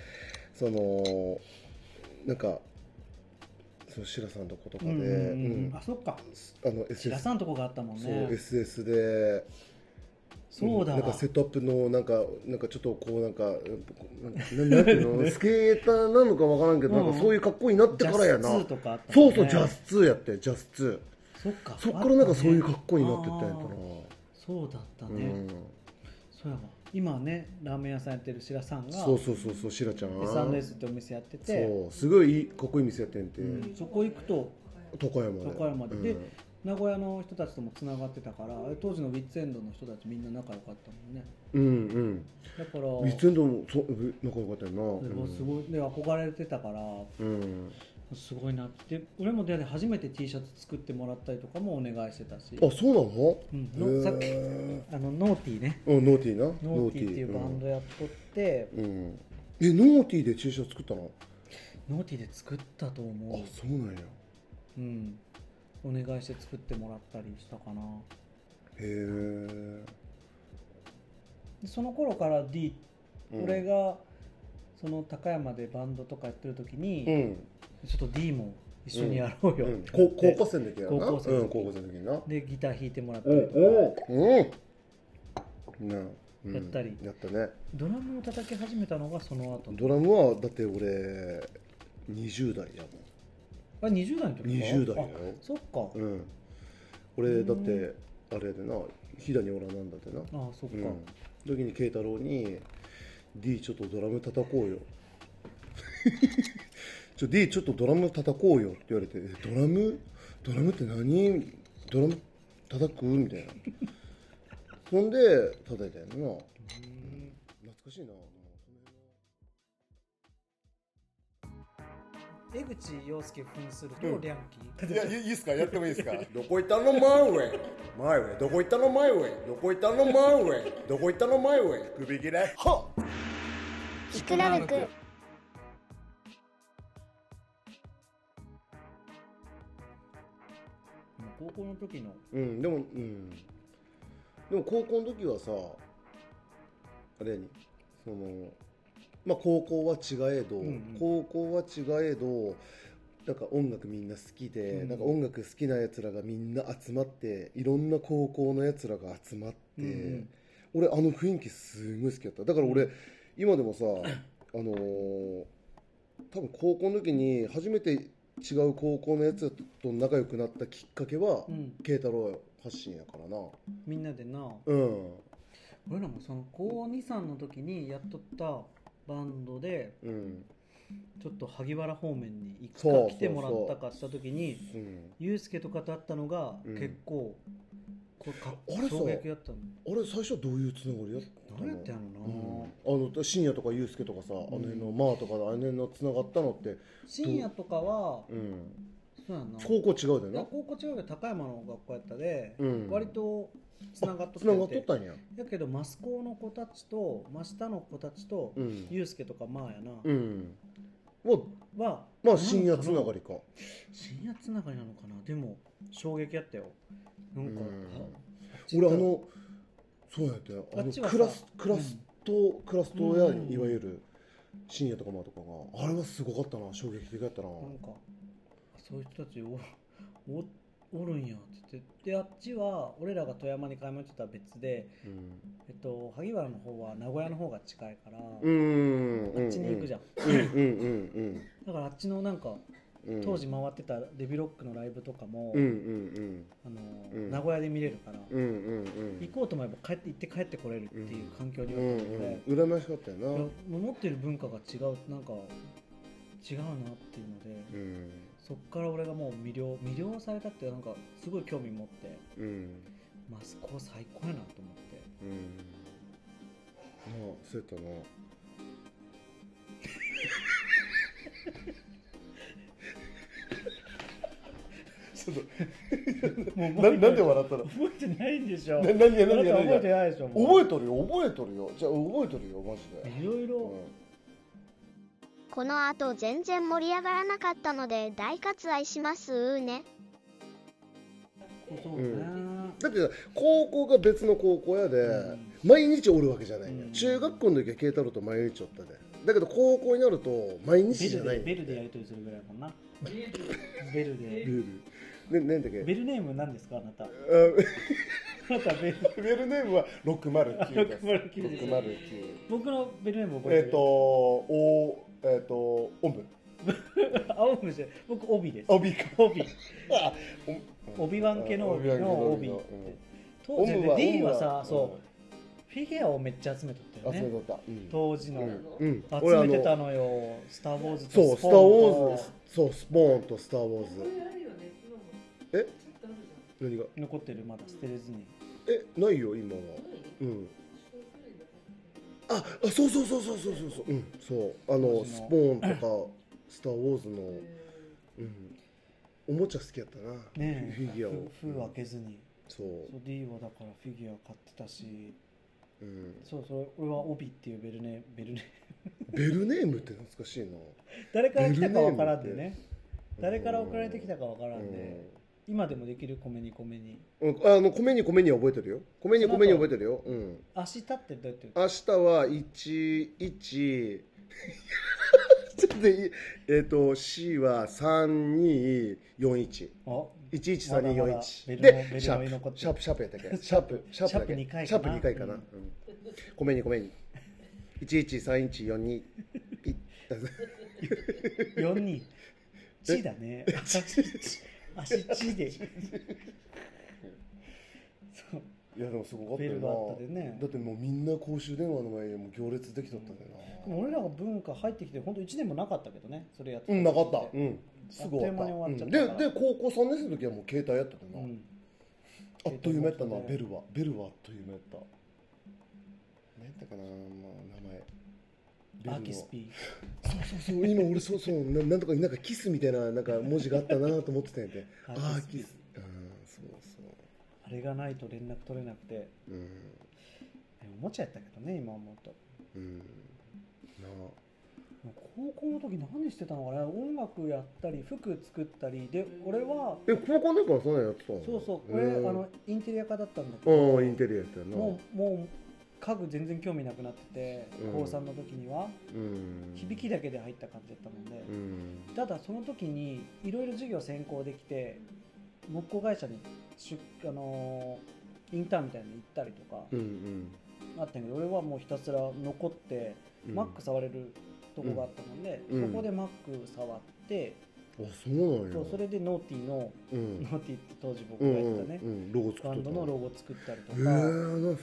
B: そのなんかその白さんのとことかで、
A: うんうんうん
B: うん
A: あそっか
B: あの
A: 白
B: SS
A: さんとこがあったもん
B: そう
A: ね
B: SS で
A: そうだ
B: ん
A: わ
B: なんかセットアップのなんかなんかちょっとこうなんかななんて いうのスケーターなのかわからんけど、
A: うん
B: なんかそういう格好になって
A: ジャ
B: からやな
A: ス2とかあったも
B: そ
A: ん
B: う
A: ね
B: そうジャス2やってジャス2
A: そっか
B: そっからなんかそういう
A: あ
B: 格
A: っ
B: 好になってったんやったな、
A: あそうだった
B: う
A: ね、
B: ん、
A: そうやわ今はねラーメン屋さんやってる白さんが
B: そうそうそうそうシラちゃん
A: S&S ってお店やってて
B: そうすごいいいかっこいい店やってんて、
A: うんそこ行くと
B: 高山で
A: 高山でで
B: うん
A: 名古屋の人たちともつながってたから当時のウィッツエンドの人たちみんな仲良かったもんね
B: うんうん
A: だから
B: ウィッツエンドもそう仲良かったよな
A: で
B: う
A: も
B: ん
A: すごいで憧れてたから
B: うん
A: すごいなって俺もで初めて T シャツ作ってもらったりとかもお願いしてたし
B: あそうなの
A: うん
B: へー
A: のさっきあのノーティーね
B: うん、ノーティーな。
A: ノーティーっていうバンドやっとって
B: うん。えノーティーで T シャツ作ったの
A: ノーティーで作ったと
B: あ
A: 思
B: そうなんや
A: ううんお願いして作ってもらったりしたかな
B: へえ
A: でその頃から D、
B: うん
A: 俺がその高山でバンドとかやってる時に、
B: うん
A: ちょっと D も一緒にやろうよ
B: う
A: っ
B: ん
A: て
B: こ
A: 言っ
B: う
A: て、
B: 高校生の時やな
A: 高校生の時
B: うん、高校生の時にな
A: でギター弾いてもらった
B: お
A: りとか
B: おうんなうん
A: やったり
B: やったね
A: ドラムを叩き始めたのがその後
B: ドラムはだって俺20代やもん
A: あ20代の時か
B: 20代だよ
A: あそっか、
B: うん、俺だっ
A: う
B: てあれでな飛騨におらなんだってな、
A: あそっか、
B: うん、時に慶太郎に「D ちょっとドラム叩こうよ」 ちょ「D ちょっとドラム叩こうよ」って言われてえ「ドラムドラムって何ドラム叩く?」みたいなそんで叩いたやんな、うん懐かしいな
A: 江口洋介扮するとリャンキー、
F: いや、いいいいっすかやってもいいですかどこ行ったのマイウェイマイウェイどこ行ったのマイウェイどこ行ったのマイウェイどこ行ったのマイウェイ首切れはっ
G: ひくらめく
A: 高校の時の
B: うんでもうんでも高校の時はさあれやにそのまあ高校は違えど、
A: うんうん
B: 高校は違えどなんか音楽みんな好きで、
A: うん
B: なんか音楽好きなやつらがみんな集まっていろんな高校のやつらが集まって、
A: うんうん
B: 俺あの雰囲気すごい好きだっただから俺、今でもさあのー多分高校の時に初めて違う高校のやつと仲良くなったきっかけは、
A: うん
B: 慶太郎発信やからな
A: みんなでな
B: うん
A: 俺らもその高23の時にやっとったバンドで
B: うん
A: ちょっと萩原方面に行く
B: そ
A: か
B: うそうそう
A: 来てもらったかした時に
B: うん
A: ユうスケとかと会ったのが
B: うん
A: 結構、これか
B: あれさ
A: 衝撃やったの
B: あれ最初はどういうつながりやったの
A: どうやってやろうな、
B: うん、あの深夜とかユースケとかさ、あの辺のマーとかあの辺のつながったのって、
A: 深夜とかは
B: うん、
A: そうやな
B: 高校違うだ
A: いや
B: よ
A: 高校違うけど高山の学校やったで、
B: うん
A: 割とつながっと
B: な
A: っ
B: つ
A: て
B: ながっとったんや
A: やけどマスコの子たちと真下の子たちと、
B: うん
A: ユうスケとかまあやな、
B: うんまあ
A: は
B: まあ深夜つながりか
A: 深夜つながりなのかなでも衝撃やったよなんか、
B: うん
A: あ
B: 俺あのそうやってあ
A: あっ
B: の
A: ちはさ
B: クラスクラスと、クラスとや、
A: うん
B: いわゆる深夜とかまあとかがあれはすごかったな衝撃的だったな、
A: なんかそういう人たちおおおるんやって言ってであっちは俺らが富山に買い物行ってたら別で、
B: うん
A: えっと、萩原の方は名古屋の方が近いから、
B: うん
A: あっちに行くじゃん、
B: ゃんうんうんうん
A: だからあっちのなんか
B: うんうん
A: 当時回ってたデビロックのライブとかも、
B: うんうん
A: あのー
B: うん
A: 名古屋で見れるから、
B: うんうんうんうん
A: 行こうと思えば帰って行って帰ってこれるっていう環境にあ
B: う
A: ったの
B: ん
A: で、
B: うん羨ましかったよない
A: や持ってる文化が違うなんか違うなっていうので、
B: うん
A: そっから俺がもう魅了魅了されたってなんかすごい興味持って
B: うん
A: マスコ最高やなと思って
B: うんまあそうやったなちょっと
A: もう
B: ななんで笑ったの
A: 覚えてないんでしょ
B: な何や何や
A: あなた覚え
B: 何
A: て
B: や
A: ないでしょも
B: 覚
A: う
B: えとるよ覚えとるよじゃあ覚えとるよマジで、
A: いろいろ
G: この後全然盛り上がらなかったので大割愛しますうーね
A: そうね、
B: うだってさ高校が別の高校やで、毎日おるわけじゃない、ね
A: うん
B: 中学校の時は慶太郎と毎日おったでだけど高校になると毎日
A: ベ
B: じゃ
A: ル
B: な
A: で
B: い
A: ベルでやり取りするぐらいかな
C: 見える
A: ベルで
B: ルールねなんだっけ
A: ベルネームなんですかあなたあ
B: あ
A: なたベル
B: ウェルネームは609です
A: 609です
B: 609
A: 僕のベルネーム覚え
B: え
A: て
B: っ
A: る
B: と、おえっと、おんぶ
A: 青虫で僕帯です
B: 帯か
A: 帯
B: あ
A: 帯ワン系の帯の帯って当時
B: おんぶ
A: ね
B: は
A: D は
B: おんぶ
A: さ
B: は
A: そうフィギュアをめっちゃ集めとったよ
B: あ、そう
A: ね
B: だったうん
A: 当時
B: う
A: の
B: んうん俺あ
A: 集めてた
B: の
A: のよスター・ウォーズ
B: そう、
A: と
B: ス
A: ス
B: タ
A: ポ
B: ー・
A: ー
B: ウォー
A: ン
B: ズそう、スポーンとスター・ウォー
C: こ
B: ズ
C: れあるよね今も
B: え
C: ちょっとある
B: 何
C: じゃん
B: が
A: と残ってるまだ捨てれずに
B: え、ないよ、今はうんあ、あそうそうそうそうそうそうそううん、そうあの、
A: 当時の
B: スポーンとかスター・ウォーズのうんおもちゃ好きやったな
A: ねえ
B: フィギュアを
A: ふ封開けずに
B: そう
A: そう D はだからフィギュア買ってたし
B: うん
A: そうそう俺はオビっていうベルネベルネ
B: ベルネームって懐かしいな
A: 誰から来たかわからんでね
B: ベルネームって
A: 誰から送られてきたかわからんで今でもできる米に米に
B: うん、あの米に米には覚えてるよ米に米には覚えてるよ、うん、
A: 明日ってどうやって言う
B: 明日は11 ちょっといいえっ、と C は3241
A: あまだまだベ
B: 113241
A: ルのベ
B: でシ
A: ル
B: ャ
A: の居
B: ー
A: 残っ
B: プ
A: てる
B: シャープシャープやったっけシャープシャープだっけ
A: シャープ二回かな
B: シャープ2回かな、
A: う
B: うんん米に米に113142ピッ
A: 4人地だね足地でそう
B: いやでもすごかった
A: ベ
B: よ
A: ル
B: な
A: があったでね
B: だってもうみんな公衆電話の前でもう行列できとったんだよ
A: でも
B: な
A: 俺らが文化入ってきて本当1年もなかったけどねそれやって
B: うんなかったうんすぐ
A: あっとい
B: 終わ
A: う間に終わっちゃっ
B: たう
A: た
B: ん
A: から
B: でで高校3年生の時はもう携帯やったけど
A: う
B: な、
A: ん
B: あっという間やったな、
A: 携帯
B: ベ
A: 持ってね
B: ルは。ベルはあっという間やった。何やったかな、まあ、名前。ベル
A: ア
B: の
A: ーキスピ
B: そうそうそう、今俺そうそう、ななんとか、なんかキスみたいな、なんか文字があったなと思ってたんやて。
A: ア
B: あ
A: ー
B: ー
A: キスピ
B: キス。ああ、そうそ
A: あれがないと連絡取れなくて
B: う。う
A: で
B: ん。
A: もおもちゃやったけどね今思うと
B: うん。なあ。
A: もう高校の時何してたのかな音楽やったり服作ったりで俺は
B: え、高校の時からそんなんやってたの
A: そうそう
B: へ
A: 俺
B: ー
A: あのインテリア科だったんだけ
B: あ
A: ど
B: あ、インテリアやったよな。
A: もうもう家具全然興味なくなってて
B: うん
A: 高3の時には
B: うん。
A: 響きだけで入った感じだったもんで
B: うん。
A: ただその時にいろいろ授業専攻できて木工会社に出あのーインターンみたいなの行ったりとか
B: うんうん。
A: あったんやけど俺はもうひたすら残って
B: うん
A: マック触れるとこがあったもんで、
B: うん
A: そこでマック触って、
B: あ、そうなんや。
A: そうそれでノーティーの、
B: うん。
A: ノーティーって当時僕
B: う
A: がやって
B: んう
A: た
B: ん
A: ね、
B: うん、ロゴ作っと
A: バ
B: った
A: ンドのロゴ作ったりと
B: へえなそうなんやへ
A: か、
B: え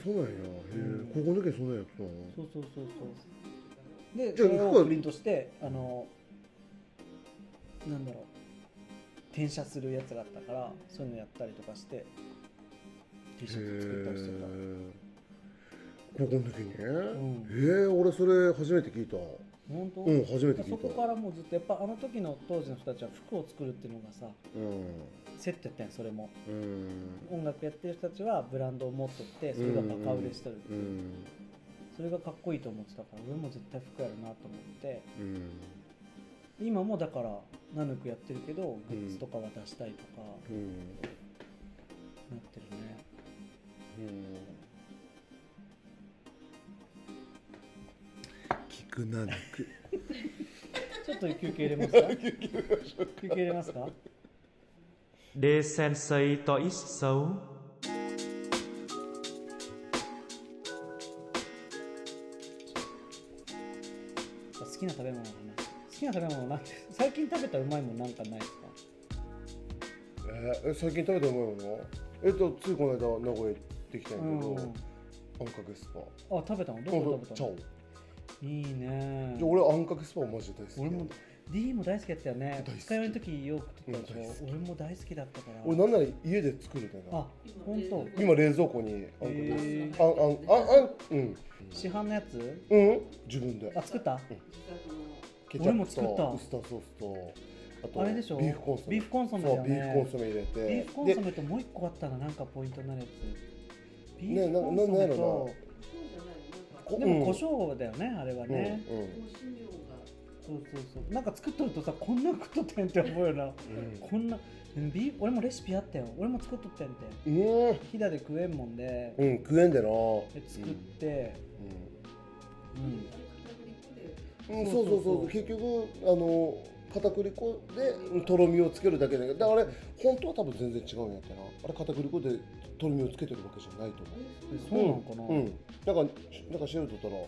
B: 高校の時はそんなんやってたの
A: そうそうそうそうで
B: じゃあ
A: それ
B: 服
A: を
B: は
A: プリントしてあのなんだろう転写するやつがあったからそういうのやったりとかして T シャツ作ったりしてた、
B: 高校の時にね、
A: ん
B: へえ俺それ初めて聞いたう
A: 本当、
B: ん初めて聞い
A: そこ
B: た
A: からもうずっとやっぱあの時の当時の人たちは服を作るっていうのがさ
B: うん
A: セットやったんやそれも
B: うん
A: 音楽やってる人たちはブランドを持っとってそれがバカ売れしてる、
B: うん
A: それがかっこいいと思ってたから俺も絶対服やるなと思って
B: うん
A: 今もだからナヌクやってるけどグッズとかは出したいとか
B: うん
A: なってるね、
B: うん聞くななく
A: ちょっと休憩入れます か休憩入れますか
H: Đê sensei to ít xấu.
A: じゃあ好きな食べ物の話好きな食べ物なんて最近食べたうまいもんなんかないですか
B: えーえ最近食べたうまいものえっとついこの間名古屋行ってきた
A: うん
B: やけど、
A: んあ
B: あんかけスパ
A: 食べたのど
B: あ
A: こで食べた
B: チャ
A: の
B: オ
A: いいね
B: じゃあ俺あんかけスパマジで大好き
A: 俺も D も大好きだったよね
B: 大好
A: 使い
B: き
A: 終わりの時よく撮ったで
B: うん大
A: し
B: 好
A: ょ
B: き
A: 俺も大好きだったから
B: 俺なんなら家で作るみたいな
A: あ本当
B: 今冷蔵庫にあんかけ、
A: へ
B: あんあんあんあんうん
A: 市販のやつ
B: うん自分で
A: あ作った
C: 自宅の
B: ケチ
A: 俺
B: ャッ
A: も
B: プ
A: 作った
B: とウスターソースとあと
A: あれでしょ
B: ビーフコンソメ
A: ビーフコンソメだよね
B: そうビーフコンソメ入れ
A: ビ
B: て
A: ーフコンソ
B: で
A: メともう一個あったらなんかポイントになるやつビ
B: ね
A: ーフ
B: な
A: コンソメ
B: なんやろ
A: と
B: な
C: そうじゃないのなんか
B: こ
A: でも胡椒だよねあれは
B: うんうん
A: ね
B: うん
C: 香辛料が
A: そうそうそうなんか作っとるとさこんな食っとったんやんって思うよなこんなうんビーフ俺もレシピあったよ俺も作っとったんやんて
B: うんうん
A: 飛騨で食えんもんで
B: うん食えんでなうん
A: で作ってうん
C: 片栗粉で
B: うんそうそうそう結局あの片栗粉でうんとろみをつけるだけだけどだからあれ本当は多分全然違うんやったなあれ片栗粉でとろみをつけてるわけじゃないと思う
A: えそうなんかな、
B: うん、なんか、なんかシェルとったら。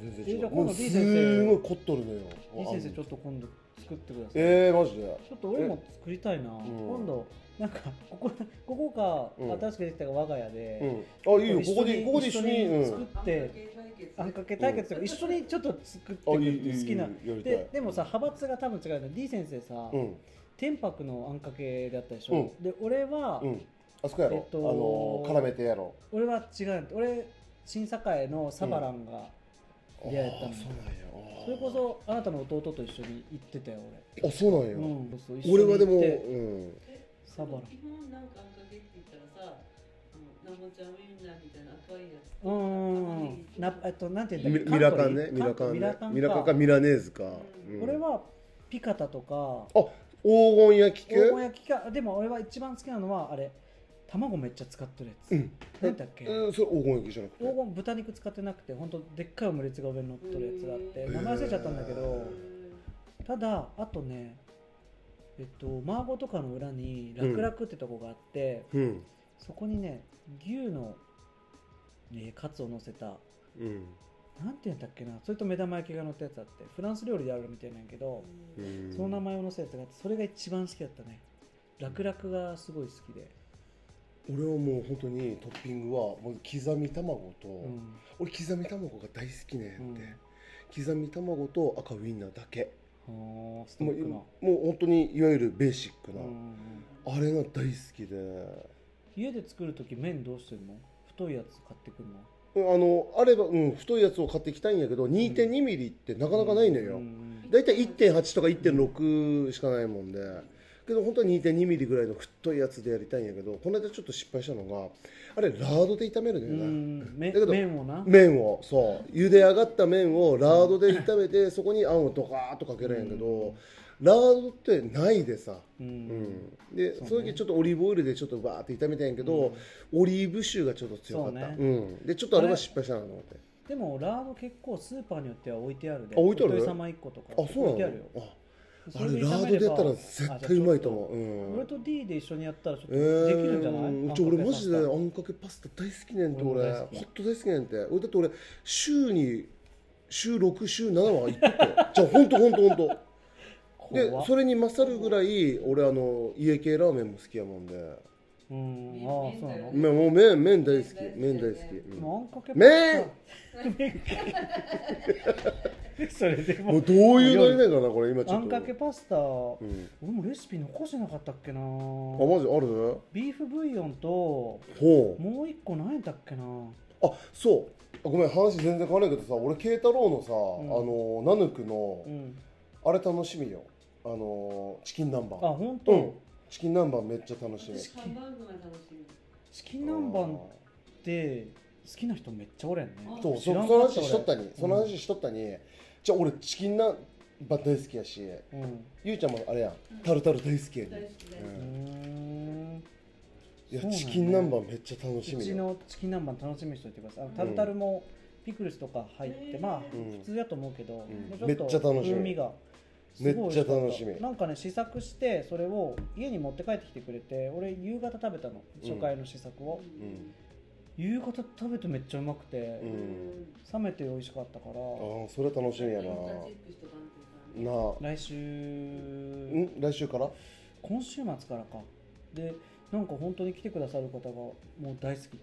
B: 全然違
A: えじゃあ
B: う。
A: 今
B: も
A: 度
B: う
A: D 先
B: す
A: 生
B: ーごい凝っとるのよ。
A: いい先生ちょ
B: ょっと。
A: っと今度作ってください
B: ええー、マジで。
A: ちょっと俺も作りたいな、今度なんかここここか、
B: うん
A: 新しくできたが我が家
B: う
A: で、
B: ん。あ、いいよ、こ
A: 一緒
B: こ
A: に
B: で、ここで一緒に。う
A: 作
B: ん。
A: っ
C: あんか
A: て、
C: け対決
A: あんかけ対決とか、
C: うん
A: 一緒にちょっと作って
B: あ、
A: く
B: い
A: れ
B: い、い
A: て
B: い、いい
A: 好きな
B: やりた
A: で
B: い。
A: でもさ派閥が多分違うの D 先生さ、
B: うん。
A: 天白のあんかけだったでしょ、
B: う
A: で俺は、
B: うん。あそこやろ。
A: えっと
B: あのー、絡めてやろ
A: 俺は違うんだ俺新栄のサバランが、
B: う。
A: いややったの
B: あーそうなんや。あー
A: それこ。そあなたの弟と一緒に行ってたよ
B: あ、そうなん
A: 俺、
B: や。
A: うんそうそう一緒に
B: 俺はでも、
A: 行
B: う
A: って
B: ん。
A: サバラン
C: 基本なんかあんかけって言ったらさあの生ジャムインナーみたいな赤いやつ
A: うーんなえっとなんて言うんだっけ
B: ミラカンねミ
A: カ
B: ラ
A: ント
B: カン
A: リ
B: ね
A: ーカント
B: ミ
A: ミ
B: ラ
A: ラ
B: カ
A: カン
B: ン
A: か
B: かミラネーズか、うん
A: これはピカタとか
B: あ黄金焼き系
A: 大根焼きかでも俺は一番好きなのはあれ卵めっちゃ使ってるやつ、
B: うん
A: なんだっけ、
B: うん、それ黄金焼きじゃなくて
A: 黄金豚肉使ってなくて本当でっかいオムレツが上に乗っとるやつがあって
B: うん
A: 名前忘れちゃったんだけ
B: う
A: どただあとねえっとマーゴとかの裏にラクラクってとこがあって、
B: うん
A: そこにね牛の、えーカツを乗せた
B: うん
A: なんて言うんだっけなそれと目玉焼きが乗ったやつあってフランス料理であるみたいなんやけど、
B: うん
A: その名前を乗せたやつがあってそれが一番好きだったねラクラクがすごい好きで、
B: 俺はもう本当にトッピングはもう刻み卵と、
A: うん
B: 俺刻み卵が大好きねんで、
A: うん
B: 刻み卵と赤ウインナーだけ
A: ほースト
B: も
A: ッ
B: う
A: クの、
B: もう本当にいわゆるベーシック
A: う
B: な、
A: んうんうん
B: あれが大好きで
A: 家で作る時麺どうしてんの太いやつ買ってくんの
B: うんあのあれば、うん、太いやつを買っていきたいんやけど2 2ミリってなかなかないのよ、
A: うん
B: 大体1.8とか1.6しかないもんで、けど本当は2 2ミリぐらいの太いやつでやりたいんやけどこの間ちょっと失敗したのがあれラードで炒めるの
A: う
B: よね、
A: んめ
B: だけど
A: 麺をな
B: 麺をそう茹で上がった麺をラードで炒めてそこにあんをドカーッとかけるんやけど、ラードってないでさ、
A: う
B: うん
A: ん
B: で
A: そう
B: そ,、
A: ね
B: の時ちょっとオリーブオイルでちょっとバーって炒めたんやけど、オリーブ臭がちょっと強かった
A: そう
B: う、
A: ね
B: ん、でちょっとあれは失敗したなと思って
A: でもラード結構スーパーによっては置いてあるで
B: あ置いてある
A: お人様1個とか
B: あそう
A: 置いて
B: な
A: あ
B: の
A: るよ
B: ああれラードでやったら絶対うまいと思う、う
A: 俺
B: ん
A: と D で一緒にやったらちょっと
B: え
A: できるんじゃない、
B: ー、ちょ俺マジであ
A: なんか
B: んかけパスタ大好きねんて俺
A: 俺も
B: 俺
A: 大
B: ほ
A: 好
B: ん
A: き
B: と大好きねんて俺だって俺週に週6週7は行っとったよじゃあほんとほんとほんとで
A: 怖っ
B: それに勝るぐらい俺あの家系ラーメンも好きやもんで
A: うんああそうなの
B: めもう麺麺大好き麺
C: 麺
B: 大
C: 大
B: 好
C: 好
B: き
C: き、
B: うん
A: もうあんかけ
B: 麺
A: それで
B: も
A: も
B: うどういうのりないかなこれ今ち
A: あ
B: ょっと
A: んかけパスタ、
B: うん
A: 俺もレシピ残してなかったっけな
B: あマジある
A: ビーフブイヨンと
B: ほ
A: もう一個何やったっけな
B: うあそうあごめん話全然変わらないけどさ俺慶太郎のさ、あのナヌクの、
A: うん
B: あれ楽しみよあのチキン南
A: あ
B: 蛮
A: 本当、
B: うんチキン南蛮めっちゃ楽しみ
C: 私ハンバーグが楽しみ
A: チキン南蛮って好きな人めっちゃおれんね
C: あ
B: そう
A: 知
B: そ
A: らん
B: そ
A: か
B: の
A: った
B: 話しとったに
A: 俺
B: その話しとったに、じゃあ俺チキン南蛮大好きやし
A: うん
B: ゆうちゃんもあれやんタルタル大好きや
C: 大
B: ね
C: 好き
A: う
C: 大好き
A: ーん
B: い
A: そう
B: や、
A: なんだ
B: チキン南蛮めっちゃ楽し
A: う
B: み
A: ち
B: よ
A: のチキン南蛮楽しみにしておいてくださいあのタルタルもピクルスとか入って、
C: うん
A: まあ
B: うん
A: 普通だと思うけど、
B: ん
A: もうょと
B: めっちゃ楽しみ
A: 風味が
B: め
A: す
B: っ
A: ごい
B: ちゃ
A: 美
B: 楽
A: 味
B: し
A: かっ
B: み
A: たなんかね試作してそれを家に持って帰ってきてくれて俺夕方食べたの初回の試作を、
B: うん
A: 夕方食べてめっちゃうまくて、
B: う
A: 冷
B: ん
A: めて美味しかったから
B: ああそれ楽しみや
C: インターチェッ
B: な
C: クしとかんといかんね
B: なあ
A: 来週
B: ん来週から
A: 今週末からかでなんか本当に来てくださる方がもう大好きって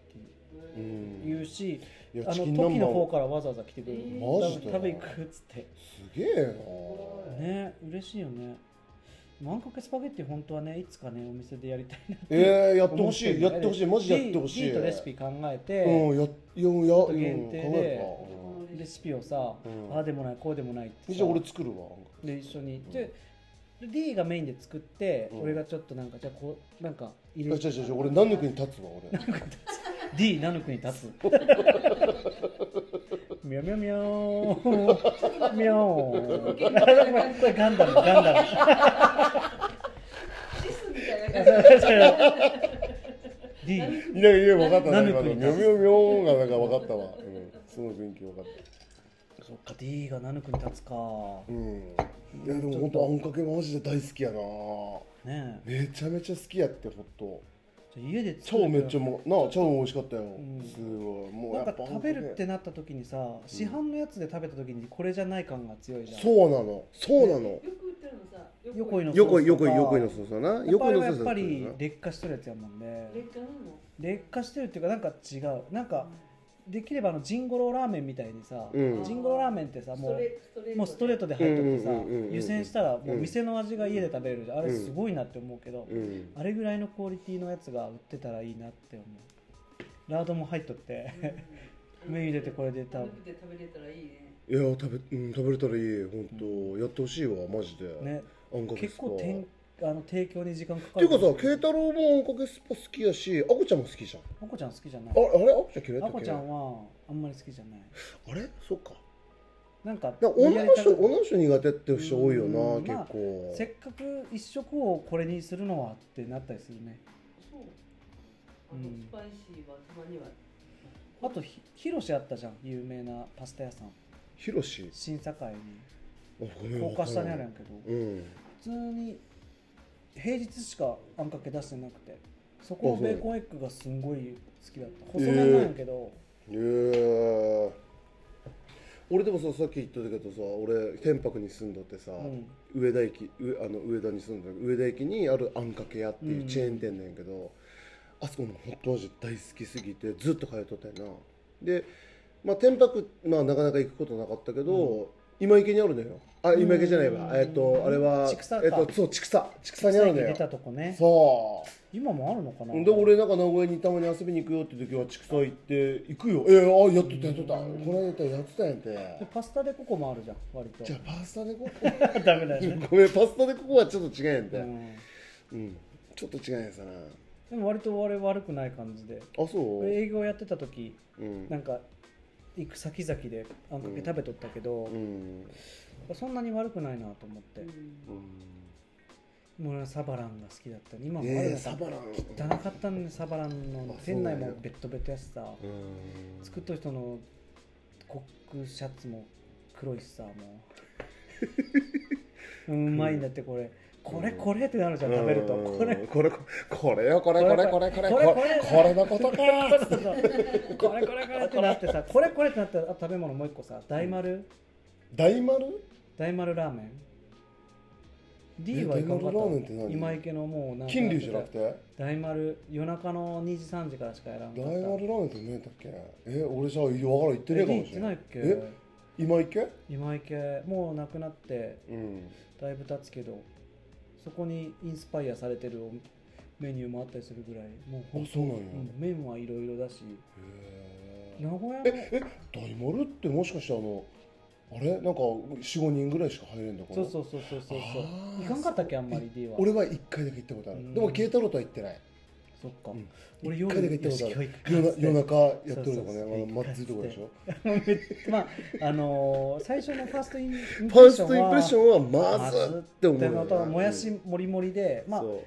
B: う
C: うん
B: ん
A: 言うし、
B: いや
A: あ
B: チ
A: の
B: キン
A: 時
B: 南
A: の方
B: 蛮
A: からわざわざ来てくれる
C: え
B: ーマジで
A: 食べ行くっつって
B: すげえな
A: ね嬉しいよねあんかけスパゲッティ本当はねいつかねお店でやりたいなって
B: えー、やって
A: 思
B: ほ
A: っ
B: して
A: る
B: いやってほしいマジやってほしい
A: D, D とレシピ考えて、
B: うんやいやいやうん
A: 限定で
B: 考えるかうん
A: レシピをさ、
B: うん
A: ああでもないこうでもないってさ
B: じゃあ俺作るわ
A: で一緒に、で D がメインで作って、
B: うん
A: 俺がちょっとなんかじゃあこうなんか
B: 違
A: 入
B: う
A: れ
B: 違う違う俺何の国に立つわ俺
A: D ナヌクに立つミャミャミャーンミャーンこれガンダムガンダム
C: シスみたいな感
A: D
B: いやいや分かったな
A: 何の
B: 今の
A: 国に
B: み
A: 立
B: ょ
A: つ
B: みょみょんがなんか分かったわうんすごい雰囲気分かっ
A: そっか D がナヌクに立つか
B: たうんいやでも本当あんかけマジで大好きやな
A: ねえ
B: めちゃめちゃ好きやってほんと
A: じゃあ家で
B: チャオめっちゃ
A: ゃ
B: もなあチャオも美味しかったよ
A: ん
B: すごいもう
A: な
B: や
A: んか
B: っぱ
A: 食べるってなった時にさ市販のやつで食べた時にこれじゃない感が強いじゃん
B: そうなのそうなの
C: よく売ってるのさ
A: 横井の
B: 横井
A: ソースとか
B: 横井横井のソースだな
A: やっぱ
B: 横
A: あ
B: 井
A: れ
B: のソ
A: はやっ
B: ースだ
A: ぱ
B: った
A: り
B: よな
A: 劣化してるやつやもんね
C: 劣化なの
A: 劣化してるっていうかなんか違うなんかできればあのジンゴロラーメンみたいにさ、
B: うん
A: ジンゴロラーメンってさも
C: ストレ
A: う
C: ストレート
A: もうストレートで入っとってさ
B: うんうんうんうんうん
A: 湯煎したらもう店の味が家で食べれるじゃんあれ
B: うん
A: すごいなって思うけど、
B: うん
A: あれぐらいのクオリティのやつが売ってたらいいなって思うラードも入っとって、メニュー出てこれで多
C: 食
A: 分
C: べて食べれたらいいね
B: いや食べうん食べれたらいい本当やってほしいわマジで
A: ね
B: あんかけ
A: 結
B: スパ
A: 構天あの提供に時間かか
B: てい
A: る
B: うかさ慶太郎もおかげスポ好きやしあこちゃんも好きじゃん
A: あこちゃん好きじゃない
B: ああれあこちゃん嫌いだ
A: あ
B: っ
A: こ
B: たっ
A: ち
B: け
A: ゃ
B: あ
A: んはあんまり好きじゃない
B: れそうか
A: なんか
B: でも女の
A: や
B: 人
A: りたく
B: 女の人苦手っていう人多いよな
A: うん
B: 結構、
A: せっかく一食をこれにするのはってなったりするね
C: そうあのスパイシーはたまには
A: あとひひろしあったじゃん有名なパスタ屋さん
B: ヒロシ
A: 審査会
B: あごめ
A: に
B: ん
A: 高架下にある
B: わ
A: んやけど
B: かんないう
A: 普
B: ん
A: 通に平日しかあんかけ出してなくてそこのベーコンエッグがすんごい好きだった細麺なんやけど、
B: へえ俺でもささっき言ってたけどさ俺天白に住んどってさ、
A: うん
B: 上田駅上あの上田に住んだ上田駅にあるあんかけ屋っていうチェーン店なんやけど、あそこのホットマジ大好きすぎてずっと通っとったよなで、まあ、天白、まあ、なかなか行くことなかったけど、今池にあるのよあ今池じゃないわ、
A: うん
B: えっとあれは
A: 千草か
B: えっとそう千草千草にある
A: 最
B: の
A: 近
B: よ
A: 出たとこね
B: そう
A: 今もあるのかな
B: で俺なんか名古屋にたまに遊びに行くよって時は畜産行って行くよえー、あやってたやってたこの間やったやってたんや
A: で
B: て
A: パスタでここもあるじゃん割と
B: じゃあパスタでこ
A: ダメだよね、
B: ごめんパスタでここはちょっと違うん
A: う
B: やんて
A: ん、
B: うん、ちょっと違うんやさなあ
A: でも割と俺悪くない感じで
B: そう
A: 営業やってた時
B: うん
A: なんか行く先々であんかけ食べとったけど、
B: うん
A: そんなに悪くないなと思って、
B: うん
A: もう俺はサバランが好きだった今もある
B: ねえ
A: の
B: サ
A: か
B: バラン
A: 汚かったんでサバランの
B: あそう
A: 店
B: なん
A: 内
B: や
A: もベッドベッドやしさ、
B: うん
A: 作っとる人のコックシャツも黒いしさもううんうまいんだってこれ、これこれってなるじゃん食べると、
B: うん
A: これこ
B: これこれよこれこれこれこれ
A: こ
B: こ
A: れ
B: れ
A: これ
B: これのこと
A: れ
B: か
A: これこれこれってなってさこれこれってなってあと食べ物もう一個さ大丸、
B: 大丸
A: 大丸ラーメン D はいかんかっ
B: 大丸ラーメンって
A: た
B: 何
A: 今池のもうなんか
B: 金龍じゃなくて
A: 大丸夜中の2時3時からしかやらんか
B: 大
A: った
B: 丸ラーメンって何やったっけえ俺じゃあ分からん行ってねえかもしれない
A: え D 行ってないっ
B: え今行け
A: 今池もうなくなって
B: うん
A: だいぶ経つけどそこにインスパイアされてるメニューもあったりするぐらいもうほん
B: あそうなんや、
A: うん麺はいろいろだし
B: へ
A: 名古屋の
B: えええ大丸ってもしかしてあのあれなんか45人ぐらいしか入れんだから
A: そうそうそうそうそうそう
B: あー
A: いかんかったっけあんまり D は
B: 俺は1回だけ行ったことある、
A: うん
B: でも慶太郎とは行ってない
A: そっか、
B: うん
A: 俺
B: 一
A: 夜
B: 回だけ行ったことある
A: よし今日 行
B: 夜な
A: くかっつって
B: 夜中やってる
A: そ
B: と
A: う
B: か
A: そうそう
B: ねあのまっついとこでしょ
A: めっまああのー最初のファーストインフ
B: ファーストインプレッションはま
A: ま
B: ず
A: ずっ
B: って思う
A: て
B: よ
A: の
B: ね
A: ともや
B: う
A: し
B: ん
A: もりもりで、まあ、
B: そ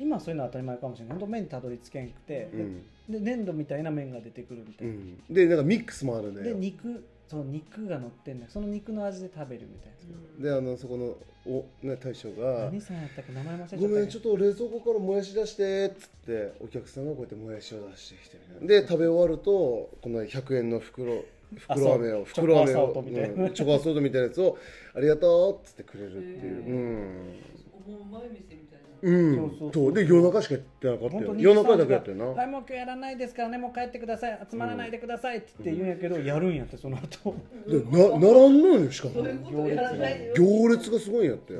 A: 今そういうのは当たり前かもしれない本当麺にたどり着けんくて
B: う、、うん
A: で粘土みたいな麺が出てくるみた
B: う
A: いな、
B: ん、でなんかミックスもあるね
A: で肉その肉が乗ってんだよその肉の味で食べるみたい
B: であのそこのお、ね、大将
A: な
B: が
A: 何さんやったっけ名前忘れちゃった
B: ごめんちょっ
A: っ
B: と冷蔵庫からもやし出してっつってお客さんがこうやってもやしを出してきてみたいなで食べ終わるとこの100円の袋袋飴を
A: あそう
B: 袋飴
A: チョコアソート
B: を
A: みたいな
B: うんチョコアソートみたいなやつをありがとうっつってくれるっていう
A: へ
C: そこもうまい店みたいな
B: うん
A: そううそ
B: ん
A: う
B: そうで夜中しかやってなかった
A: 本当
B: よ
A: に
B: 夜中だけやったよ
A: は
B: ない
A: もう今日やらないですからねもう帰ってください集まらないでくださいって言って言うんやけど、やるんやってその後
B: でな並んのよしかも
C: そういうことやらないよ
B: 行列がすごいんやって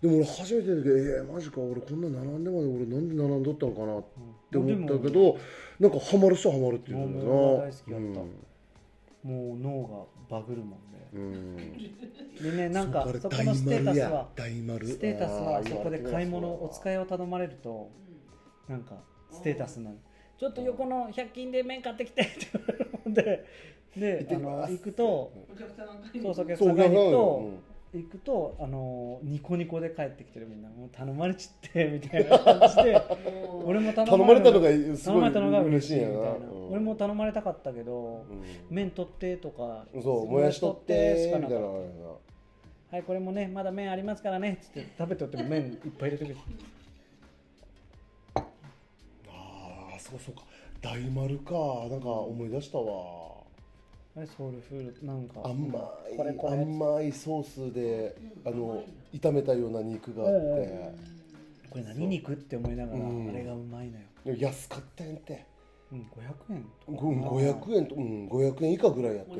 B: でも俺初めてだけどえー、マジか俺こんな並んでまで俺なんで並んどったのかなって思ったけど、なんかハマる人はハマるっていうんだよな
A: 俺も大好きだ
B: う
A: った
B: ん
A: もう脳がバグるもんね
B: うん、
A: でねなんか
B: そう
A: そ
B: こ
A: こ
B: れ
A: のステータスは
B: 大丸や大丸
A: ステータスはそこで買い物お使
B: い
A: いを頼まれるとなんかステータスになるちょっと横の100均で麺買ってきてって言われるので
B: 行っ
A: で
B: て
A: あ
B: きま
A: の
B: す
A: 行くと
C: お客さんが
A: そうそうお客
B: そ
A: さ
B: うん
A: が行
B: な
A: く
B: の
A: と行くとあのニコニコで帰ってきてるみんなもう頼まれちってみたいな感じ で俺も
B: 頼
A: 頼
B: ま
A: ま
B: れ
A: れ
B: た
A: た
B: の
A: の
B: が
A: が
B: す
A: 頼
B: ご
A: ま
B: い
A: れたのが
B: 嬉
A: 嬉
B: し
A: し
B: い
A: い
B: ん
A: み
B: や
A: た
B: ない
A: な
B: うん
A: 俺も頼まれたかったけど
B: うん
A: 麺取ってとか
B: そうもやし取ってみたいなのがあるよ
A: はい、これもね、まだ麺ありますからね、つって食べとっても麺いっぱい入れてくる。
B: なああそうそうか大丸かなんか思い出したわ
A: あれ、ソウルフード、なんか。
B: 甘い
A: これこれ
B: 甘いソースであの炒めたような肉があって、
A: これ何肉って思いながら、
B: うん
A: あれがうまいのよ。
B: 安かったんやって
A: うん、500円と
B: うん
A: か。
B: 500円と、うん、500円以下ぐらいやった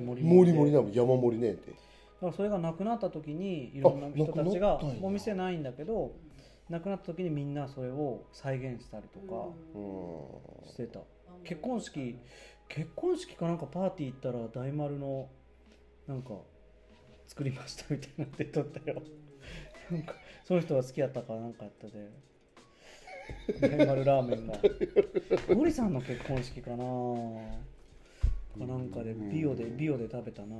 C: モリ
B: よ
C: モ
A: 盛り
B: もり
C: リな
B: も
A: 盛
B: り
A: りで
B: なの山盛りねんって
A: だからそれがなくなった時に、いろんな人たち
B: あな
A: が
B: くなったん、や
A: お店ないんだけど、なくなった時にみんなそれを再現したりとか
B: うん
A: してた。結婚式、結婚式かなんかパーティー行ったら、大丸の、なんか、作りましたみたいなの出とったよ。なんかその人が好きやったからなんかやったでメンマルラーメンがゴリさんの結婚式かなかなんかでビオでビオで食べたな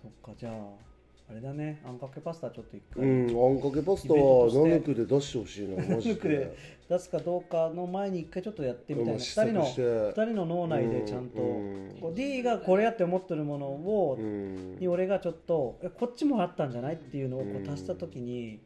A: そっかじゃああれだねあんかけパスタちょっと一回、
B: うん、あんかけパスタはナヌクで出してほしいな、マ
A: マジ
B: ジ
A: で
B: で。
A: 出すかどうかの前に一回ちょっとやってみたいな
B: うん
A: 2人の
B: 試作して
A: 二人の脳内でちゃんと
B: うん
A: こう D がこれやって思ってるものを
B: うん
A: に俺がちょっとえこっちもあったんじゃないっていうのをこ
B: う
A: うん足した時に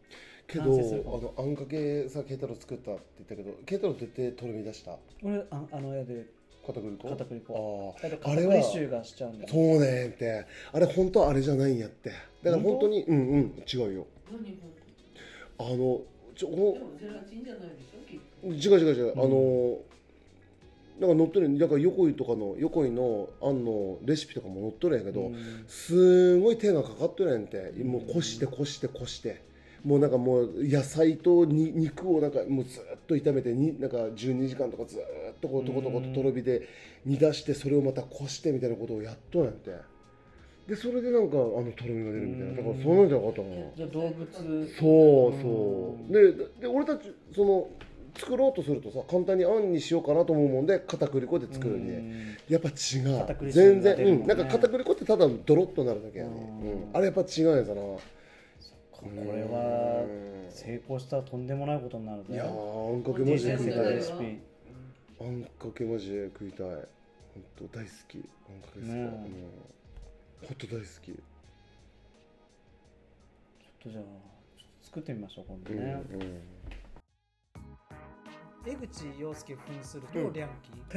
B: けど、あ
A: 完成するかも
B: の、あんかけさ、ケイタロウ作ったって言ったけど、ケイタロウって手とろみ出した
A: 俺ああの絵で
B: 片栗粉
A: 片栗粉
B: あ
A: だ
B: あ。
A: か
B: あ
A: ら
B: れ
A: 片栗、
B: は
A: 臭がしちゃうんだよ
B: そうねんって。あれ、本当はあれじゃないんやって。だから本当に、うんうん、違うよ。
C: 何本
B: あの、ちょ、ほ
C: でもゼラチンじゃないでしょきっと
B: 違う違う違う、あのなんか乗ってるだから横井とかの横井のあんのレシピとかも載っとるんやけど、
A: うん
B: すごい手がかかっとるやんってもうこしてこしてこしてもうなんかもう野菜とに肉をなんかもうずっと炒めてになんか12時間とかずっとこうとことこととろ火で煮出してそれをまたこしてみたいなことをやっとるんやんてでそれでなんかあのとろみが出るみたいなだからそうなんじゃなかったかな
A: じゃあ動物
B: そう
A: う
B: そ
A: ん
B: うでで俺たちその作ろうとするとさ簡単にあんにしようかなと思うもんで片栗粉で作るんで、
A: うん
B: やっぱ違
A: 片
B: う
A: 栗粉
B: 全
A: が
B: 然、
A: 出るもん
B: う
A: ね
B: ん、なんか片栗粉ってただドロッとなるだけやね、
A: う
B: うんんあれやっぱ違うんやかなこ
A: これは成功したらとんでもないことになる
B: い
A: ね
B: やーあんかけ
A: D
B: マジで
A: 先
B: 食
A: 生の
B: いたい
A: レシピ
B: あんかけマジで食いたい本当大好きあんかけ好き、
A: ねえ
B: うん、本当大好き、
A: ちょっとじゃあちょっと作ってみましょう今度
B: うん
A: ね
B: う
A: 江口洋介扮するとリャン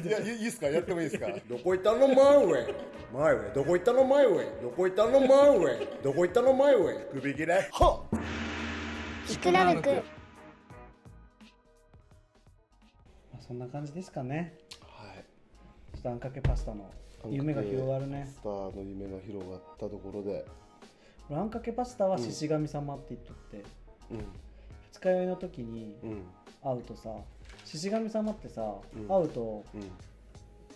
A: キ
F: いや、いいいいっすかやってもいいですかどこ行ったのマイウェイマイウェイどこ行ったのマイウェイどこ行ったのマイウェイどこ行ったのマイウェイ首切れはっ
G: キクラルク
A: まあそんな感じですかね
B: んはい
A: ちょっとあんかけパスタの夢が広がるね
B: スターの夢が広がったところで、
A: 俺あんかけパスタは獅子神様って言っとって、
B: う
A: 二日酔いの時に
B: んうん
A: 会うとさ獅子神様ってさ、
B: ん
A: 会うと
B: うん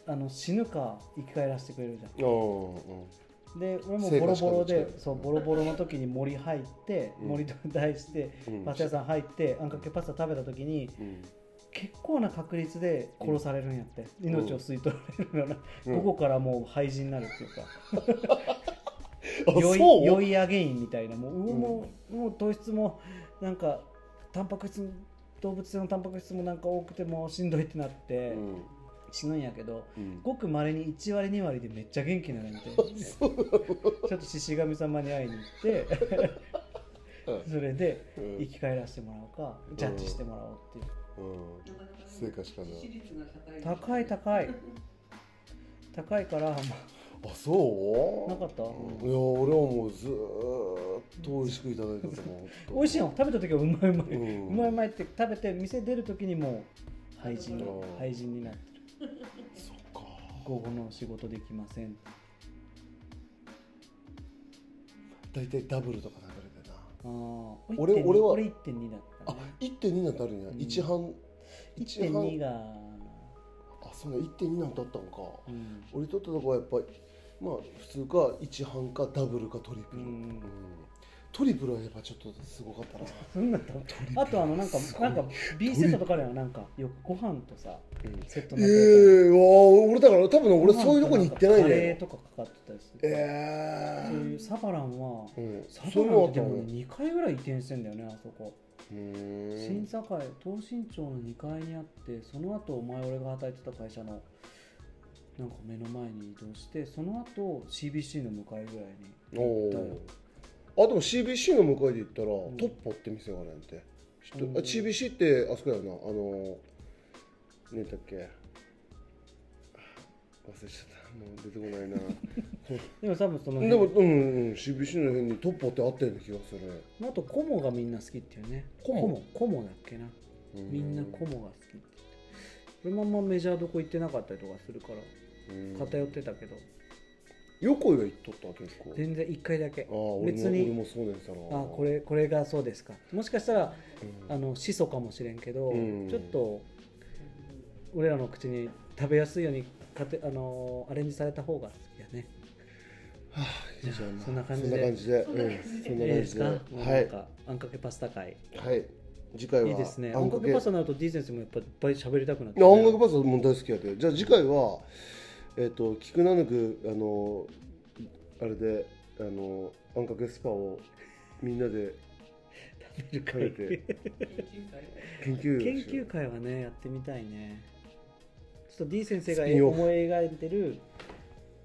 A: あの死ぬか生き返らせてくれるじゃ
B: ああ、うん
A: んで俺もボ
B: 生か
A: ロ
B: 死か
A: ボロで
B: どっちか
A: そうボロボロの時に森入って、
B: うん
A: 森と題して、
B: うん
A: パスタ屋さん入ってあんかけパスタ食べた時に
B: うん、
A: 結構な確率で殺されるんやって、
B: ん
A: 命を吸い取られるような、
B: うん
A: ここからもう廃人になるっていうか
B: あ
A: 酔い
B: そう
A: 酔いアゲインみたいなもう,、もうもう糖質もなんかタンパク質動物性のタンパク質もなんか多くてもうしんどいってなって、
B: うん
A: 死ぬんやけど
B: うん
A: ごくまれに1割2割でめっちゃ元気になるみたいなね、ちょっと獅子神様に会いに行ってそれで
B: うん
A: 生き返らせてもらうかジャッジしてもらおうっていう
B: うん
C: なかなかね
B: 成果しかない
C: 致死率が高いですね
A: 高 い高い高いから、ま
B: あそう
A: なかった
B: うんいや俺はもうずーっと美味しくいただいてたもん
A: 美味しい
B: よ
A: の食べた時はうまいうまい、
B: うん
A: うまいうまいって食べて店出る時にもう廃人に
B: うん
A: 廃人になってる
B: そっか
A: 午後の仕事できませんあ
B: 大体ダブルとか流れてな
A: ー
B: 俺
A: 1.2
B: 俺は
A: 俺1.2だった
B: あ
A: ね
B: 1.2なんてあるんや、
A: うん
B: 一半一
A: 1.2
B: 半
A: が、
B: あそうね1.2なんてあったのか、
A: うん、
B: 俺とったとこはやっぱりまあ普通か一半かダブルかトリプル、
A: うん
B: トリプルはやっぱちょっとすごかったな
A: そんなんだ ったあとあのなんか
B: すごい
A: なんか B セットとかではなんかよくご飯とさセット
B: え
A: になってる
B: えー、わあ俺だから多分
A: ご
B: 俺
A: 飯
B: そういうとこに行ってない
A: カレ
B: ね
A: ーとかかかってたりする
B: え
A: そういうサバランは
B: えうん
A: サバ
B: そういう
A: ラン
B: の
A: って
B: あっ
A: で
B: た
A: も
B: の
A: 2回ぐらい移転してんだよねあそこ
B: う
A: 新
B: ん
A: 査会東新町の2階にあってその後お前俺が働いてた会社のなんか目の前に移動してその後 CBC の向かいぐらいに行
B: お
A: ったよ
B: ーあでも CBC の向かいで行ったら、
A: ん
B: トッポって店があるんやんて知っと
A: うん
B: あ CBC ってあそこやよなあのーねえだっけ忘れちゃったもう出てこ ないな
A: でも多分その
B: でもうん、うん、CBC の辺にトッポってあったような気がする
A: あとコモがみんな好きっていうね
B: コモ
A: コモだっけなみんなコモが好きって言って俺もあんまメジャーどこ行ってなかったりとかするから
B: うん
A: 偏ってたけど
B: 横井が行っとった結構
A: 全然1回だけ
B: ああ俺も
A: 別
B: 俺
A: に
B: もそうねんさな
A: あこれこれがそうですかもしかしたら
B: うん
A: あの始祖かもしれんけど、
B: うん
A: ちょっと俺らの口に食べやすいようにかてあのーアレンジされた方が好きやね
B: いいじゃん
A: そんな感じで
B: そんな感じで、うん、そん
A: いい
B: な感
A: です
B: じ
A: か
B: で、
A: もうなんかあんかけパスタ会
B: はい、はい、次回はい
A: いですねあんかけパスタになると D 先生もやっぱいっぱい喋りたくなって
B: いや音楽パスタも大好きやでじゃあ次回はえっ、と菊なぬくあのあれであのあんかけスパをみんなで
A: 研
B: 食べて
A: 究
B: 研究
A: 研
B: し
A: 究
B: よう
A: 会はねやってみたいねちょっと D 先生が
B: スピンオフ
A: 思い描いてる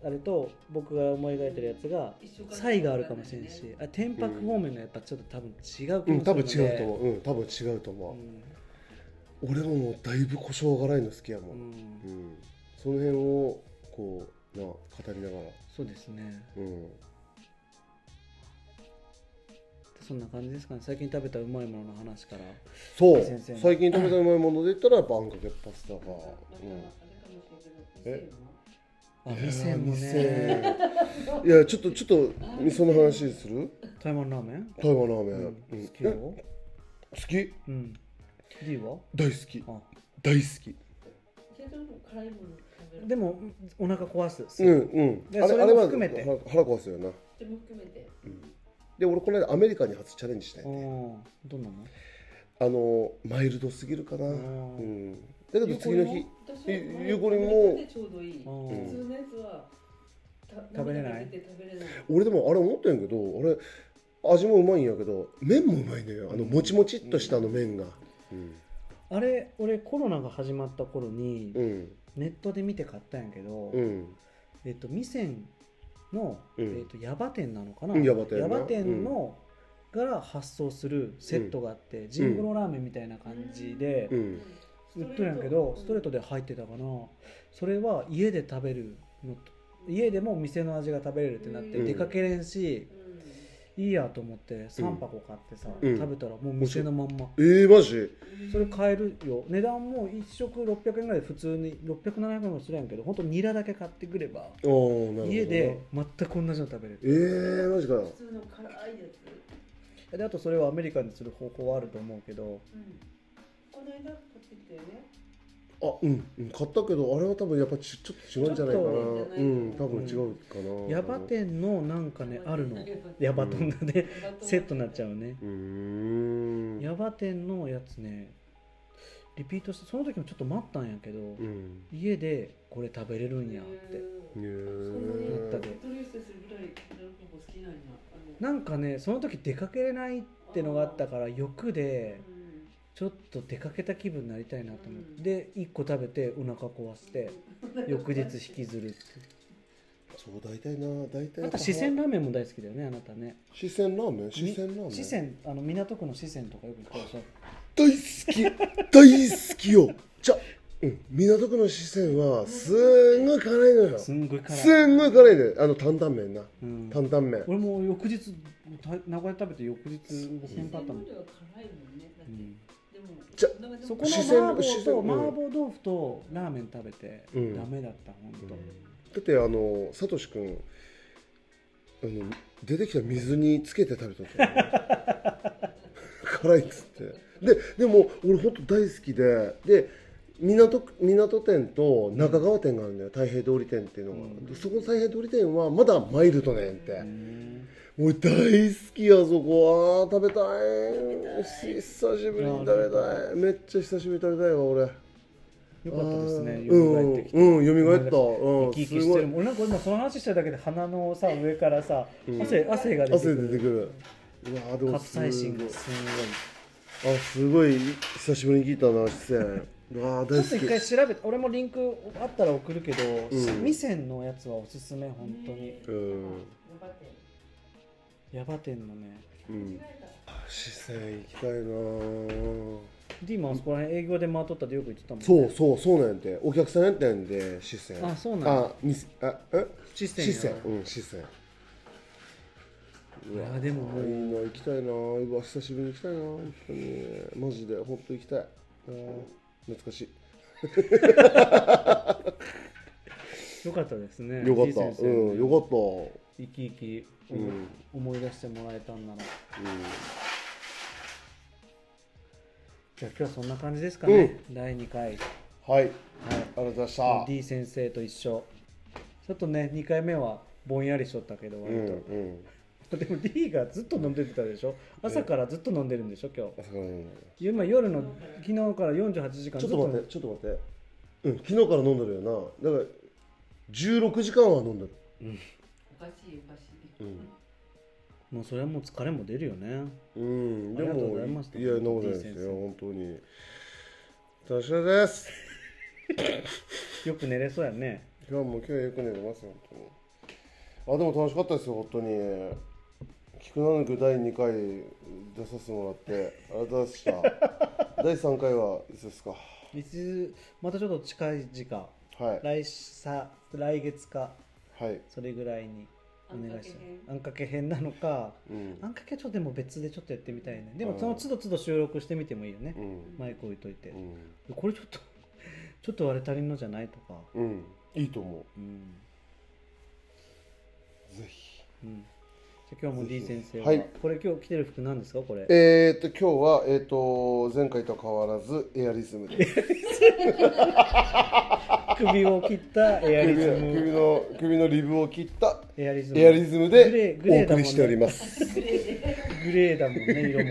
A: あれと僕が思い描いてるやつが
C: 一緒かな
A: 差異があるかもしれんしあ天白方面のやっぱちょっと多分違う気もす
B: う
A: る
B: ん
A: ので
B: 多分違うと思ううん多分違うと
A: う
B: 思
A: ん
B: う、俺ももうだいぶ胡椒辛いの好きやも、
A: うんん
B: うんその辺をこうな語りながら
A: そうですね
B: うん
A: そんな感じですかね最近食べたうまいものの話から
B: そう
A: 先生の
B: 最近食べたうまいもので言ったらやっぱあんかけパスタが、
C: またあ
B: うん
C: れかもしれんけ
B: え
C: ど
A: あ店もね
B: 店いやちょっとちょっと味噌の話する
A: 台湾ラーメン
B: 台湾ラーメン、うん
A: 好きよ
B: え好き
A: うん。D は
B: 大好き
A: あ
B: 大好き
C: 店でも辛いもの食べる
A: でもお腹壊す。
B: うんうん
A: でそれも含めて
B: 腹腹壊すよな
C: でも含めて
B: で俺この間アメリカに初チャレンジしたい
A: うん
B: で。
A: どんなの？
B: あのマイルドすぎるかなう
A: うん
B: んだけど次の日
C: 私は
B: え
C: まあ
B: ゆうこりんも
C: これでちょうどいい普
A: うん
C: 通のやつはた
A: 食べれない
C: 生で食べて食べれない
B: 俺でもあれ思ってんけどあれ味もうまいんやけど麺もうまいのよあのもちもちっとしたあの麺がうん
A: あれ俺コロナが始まった頃に
B: うん
A: ネットで見て買ったんやけど、
B: うん
A: えっと店の
B: うん
A: えっとヤバ店なのかな？
B: うんヤバ店な
A: ヤバ店のから発送するセットがあってジングロラーメンみたいな感じで
B: う
C: うん
B: ん
A: 売っとるんやけどストレートで入ってたかな。それは家で食べるのと家でもお店の味が食べれるってなって
B: うん
A: 出かけれんし。
C: うん
A: いいやと思って3箱買ってさ、
B: うん
A: 食べたらもう店のまんま、
B: えー、マジ
A: それ買えるよ値段も1食600円ぐらいで普通に600700円もするやんけど本当ニラだけ買ってくれば
B: ああなるほどな
A: 家で全く同じの食べれる
B: えー、マジか
C: 普通の辛いやつ
A: であとそれをアメリカにする方法はあると思うけど
C: うんこの間買ってきたよね
B: あうんうん買ったけどあれは多分やっぱちちょっと違うんじゃないかな
A: ち
C: ょっと
B: うん多分違うかな、
A: ヤバ店のなんかねあるのヤバトンだね、セットになっちゃうね
B: うーん
A: ヤバ店のやつねリピートしてその時もちょっと待ったんやけど、
B: うん
A: 家でこれ食べれるんやってなったで
B: へ
C: セットリストするぐらいなんか好きなんやあの
A: なんかねその時出かけれないってのがあったから欲で
C: うん
A: ちょっと出かけた気分になりたいなと思って、
C: うん
A: で1個食べてお腹壊 して翌日引きずるっていう
B: そう大体な大体
A: あと四川ラーメンも大好きだよねあなたね
B: 四川ラーメン四川ラーメン
A: 四川あの港区の四川とかよく行ってらっしゃる
B: 大好き大好きよじゃうん港区の四川はすんごい辛いのよ
A: すんごい辛い、
B: すんごい辛いであの担々麺な
A: うん、
B: 担々麺
A: 俺も翌日た名古屋食べて翌日ごせんかったもん、
C: 日本では辛いもんねだっ
A: う
C: て
A: ん
C: でも
B: じゃ
C: なんかでも
A: そこの
B: 四
A: 麻
B: 川
A: 婆
B: 四
A: と
B: 川
A: 麻
B: うん
A: 婆豆腐とラーメン食べてダ
B: うん
A: メだった本当、
B: だってあのサトシ君あの出てきた水につけて食べとったよね 辛いっつってででも俺ほんと大好きでで港区港店と中川店があるんだよ太平通り店っていうのが、でそこの太平通り店はまだマイルドねんって、俺大好きやそこあー食べたい久しぶりに食べたいめっちゃ久しぶりに食べたいわ俺
A: よかったです
B: あ
A: ね
B: ー
A: 蘇ってきて
B: うんうん蘇ったうん
A: 生き生きしてるもん俺なんか今その話してるだけで鼻のさ上からさ汗汗が出てく
B: 汗出て
A: る
B: くるうわーで
A: カ
B: も
A: プサイシンが
B: す
A: すん
B: ごいあすごい久しぶりに聞いたな四川うわー
A: ごい
B: 大
A: ちょっと一
B: 好
A: 回
B: き
A: 調べて俺もリンクあったら送るけど
B: ん
A: 味仙、のやつはおすすめ本当に
B: うん
C: 頑張って
A: ヤバ店のね
B: うん四川行きたいなー
A: D もあそこら辺営業で回っとったってよく言ってたもんね
B: そうそうそうなんやてお客さんやったんやで四川
A: あそうなんや
B: あみすあえ
A: 四川や
B: 四川うん四川
A: いやでも
B: あいい
A: もう
B: な行きたいなうわ久しぶりに行きたいな本当にマジで本当行きたいあー懐かしい
A: よかったですね
B: よかっ
A: D 先
B: た
A: 生ね
B: うんよかった
A: 生き生き
B: うん
A: 思い出してもらえたんならじゃあ今日はそんな感じですかね、第2回
B: はい、ありがとうございました。
A: D 先生と一緒ちょっとね2回目はぼんやりしとったけど
B: う
A: 割
B: ん
A: と、
B: うん
A: でも D がずっと飲んでたでしょ朝からずっと飲んでるんでしょ今
B: 朝から飲んでる
A: 日今夜の昨日から48時間
B: ち
A: ず
B: ょ
A: っと
B: っと待ってちょっと待ってうん昨日から飲んでるよなだから16時間は飲んでる
C: おかしいおかし
B: う
C: い、
B: ん
A: もうそれはもう疲れも出るよね
B: うん、で
A: ありがとう
B: も
A: ございまし、た
B: いや、そんなことないで
A: いい
B: す
A: 先生
B: よ、本当に。達者です。
A: よく寝れそうやね
B: 今日も今日はよく寝れますよ、本当に。あ、でも楽しかったですよ、本当に。菊名の具第2回出させてもらって、ありがとうございま した。第3回はいつですか。
A: いつまたちょっと近い時間
B: はい。
A: 来さ来月か
B: はい。
A: それぐらいにお願いし
C: あ
A: あんかけ編なのか
B: うん
A: あ。んかけはちょっとでも別でちょっとやってみたいねでもその都度都度収録してみてもいいよね
B: う、ん。
A: マイク置いといて
B: う、ん。
A: これちょっとちょっと割れ足りんのじゃないとか
B: うん。いいと思
A: うん、
B: う。ぜひ。
A: うん、じゃあ今日も D 先生は、
B: はい
A: これ今日着てる服なんですかこれ
B: えー、っと、今日は、えーっと、前回と変わらず、エアリズムで。
A: 首を切った エアリ
B: 首
A: ズ
B: の
A: ム
B: 首の首のリブを切った
A: エアリズム
B: エアリズム
A: グレ
B: で
A: ーグレ
B: お
A: ーだもん
B: 送
A: ね
B: りしております。
A: グレーだもんね色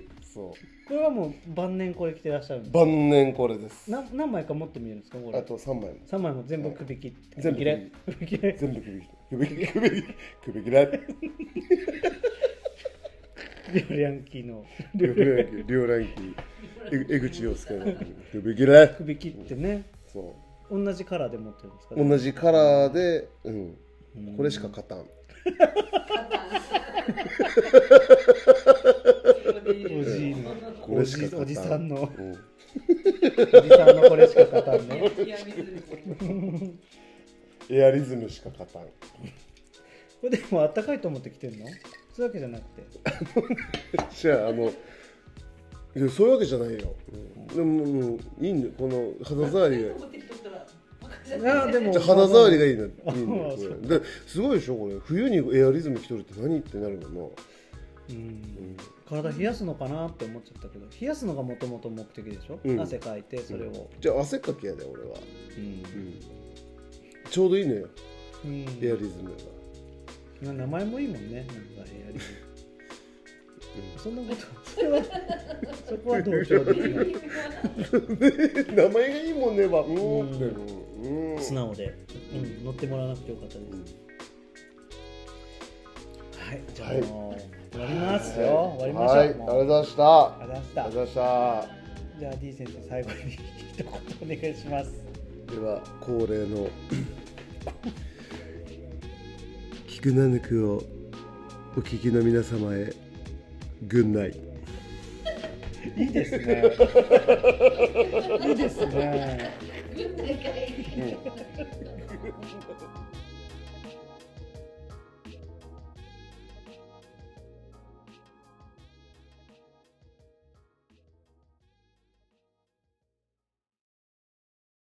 A: も
B: そ
A: これはもう晩年これ着てらっしゃるん
B: う
A: です
B: 晩年これです。
A: な何枚か持ってみるんですかこ
B: あ
A: れ
B: と三枚も
A: 3枚も全部首切って
B: 全部首
A: 首切れ
B: 全部首切り首首首首切ら
A: 首ヤンキーの
B: 両ランキー両ランキーえ江口洋介の首切ら
A: 首切ってね
B: そ
A: 同じカラーで持ってるんですか、
B: う同じカラーでうん
A: うん
B: これしか勝たん
A: おじいの
B: こ
A: お
B: れし
A: じ
B: か勝たん
A: おじさんの
B: うん
A: おじさんのこれしか勝たんね
C: いや水にこう
B: エアリズムしか勝たん
A: これでもあったかいと思って着てんのそういうわけじゃなくて
B: じゃああのいやそういうわけじゃないよ、うん、でももういいんだよこの肌触りが
C: 持ってきとったらバカじゃ
A: い
C: ん
A: やでも
B: じゃあ肌触りがいいんだ
A: あ
B: いいんだよ
A: そう
B: これですごいでしょこれ冬にエアリズム着とるって何ってなるもんな
A: うん体冷やすのかなって思っちゃったけど冷やすのがもともと目的でしょ、
B: うん
A: 汗かいてそれを
B: じゃあ汗っかきやで俺は、
A: うん、
B: ちょうどいいのよ
A: うん
B: エアリズム
A: な
B: が
A: 名前もいいもんねなんかエアリズムそんなことそれはそこは同情できない
B: 名前がいいもんねばうん
A: うん
B: ってうんうん
A: 素直で、うん、乗ってもらわなくてよかったです、はいじゃあ、
B: はい
A: もう終わりますよ、終わりましょう、
B: はいありが
A: もう
B: とうございました
A: ありがとうございまし
B: あ
A: た
B: りがとうございました
A: じゃあ D 先生最後に一言お願いします
B: では恒例の菊ナヌクをお聞きの皆様へ軍内
A: いいですねいいですね
C: 軍隊かい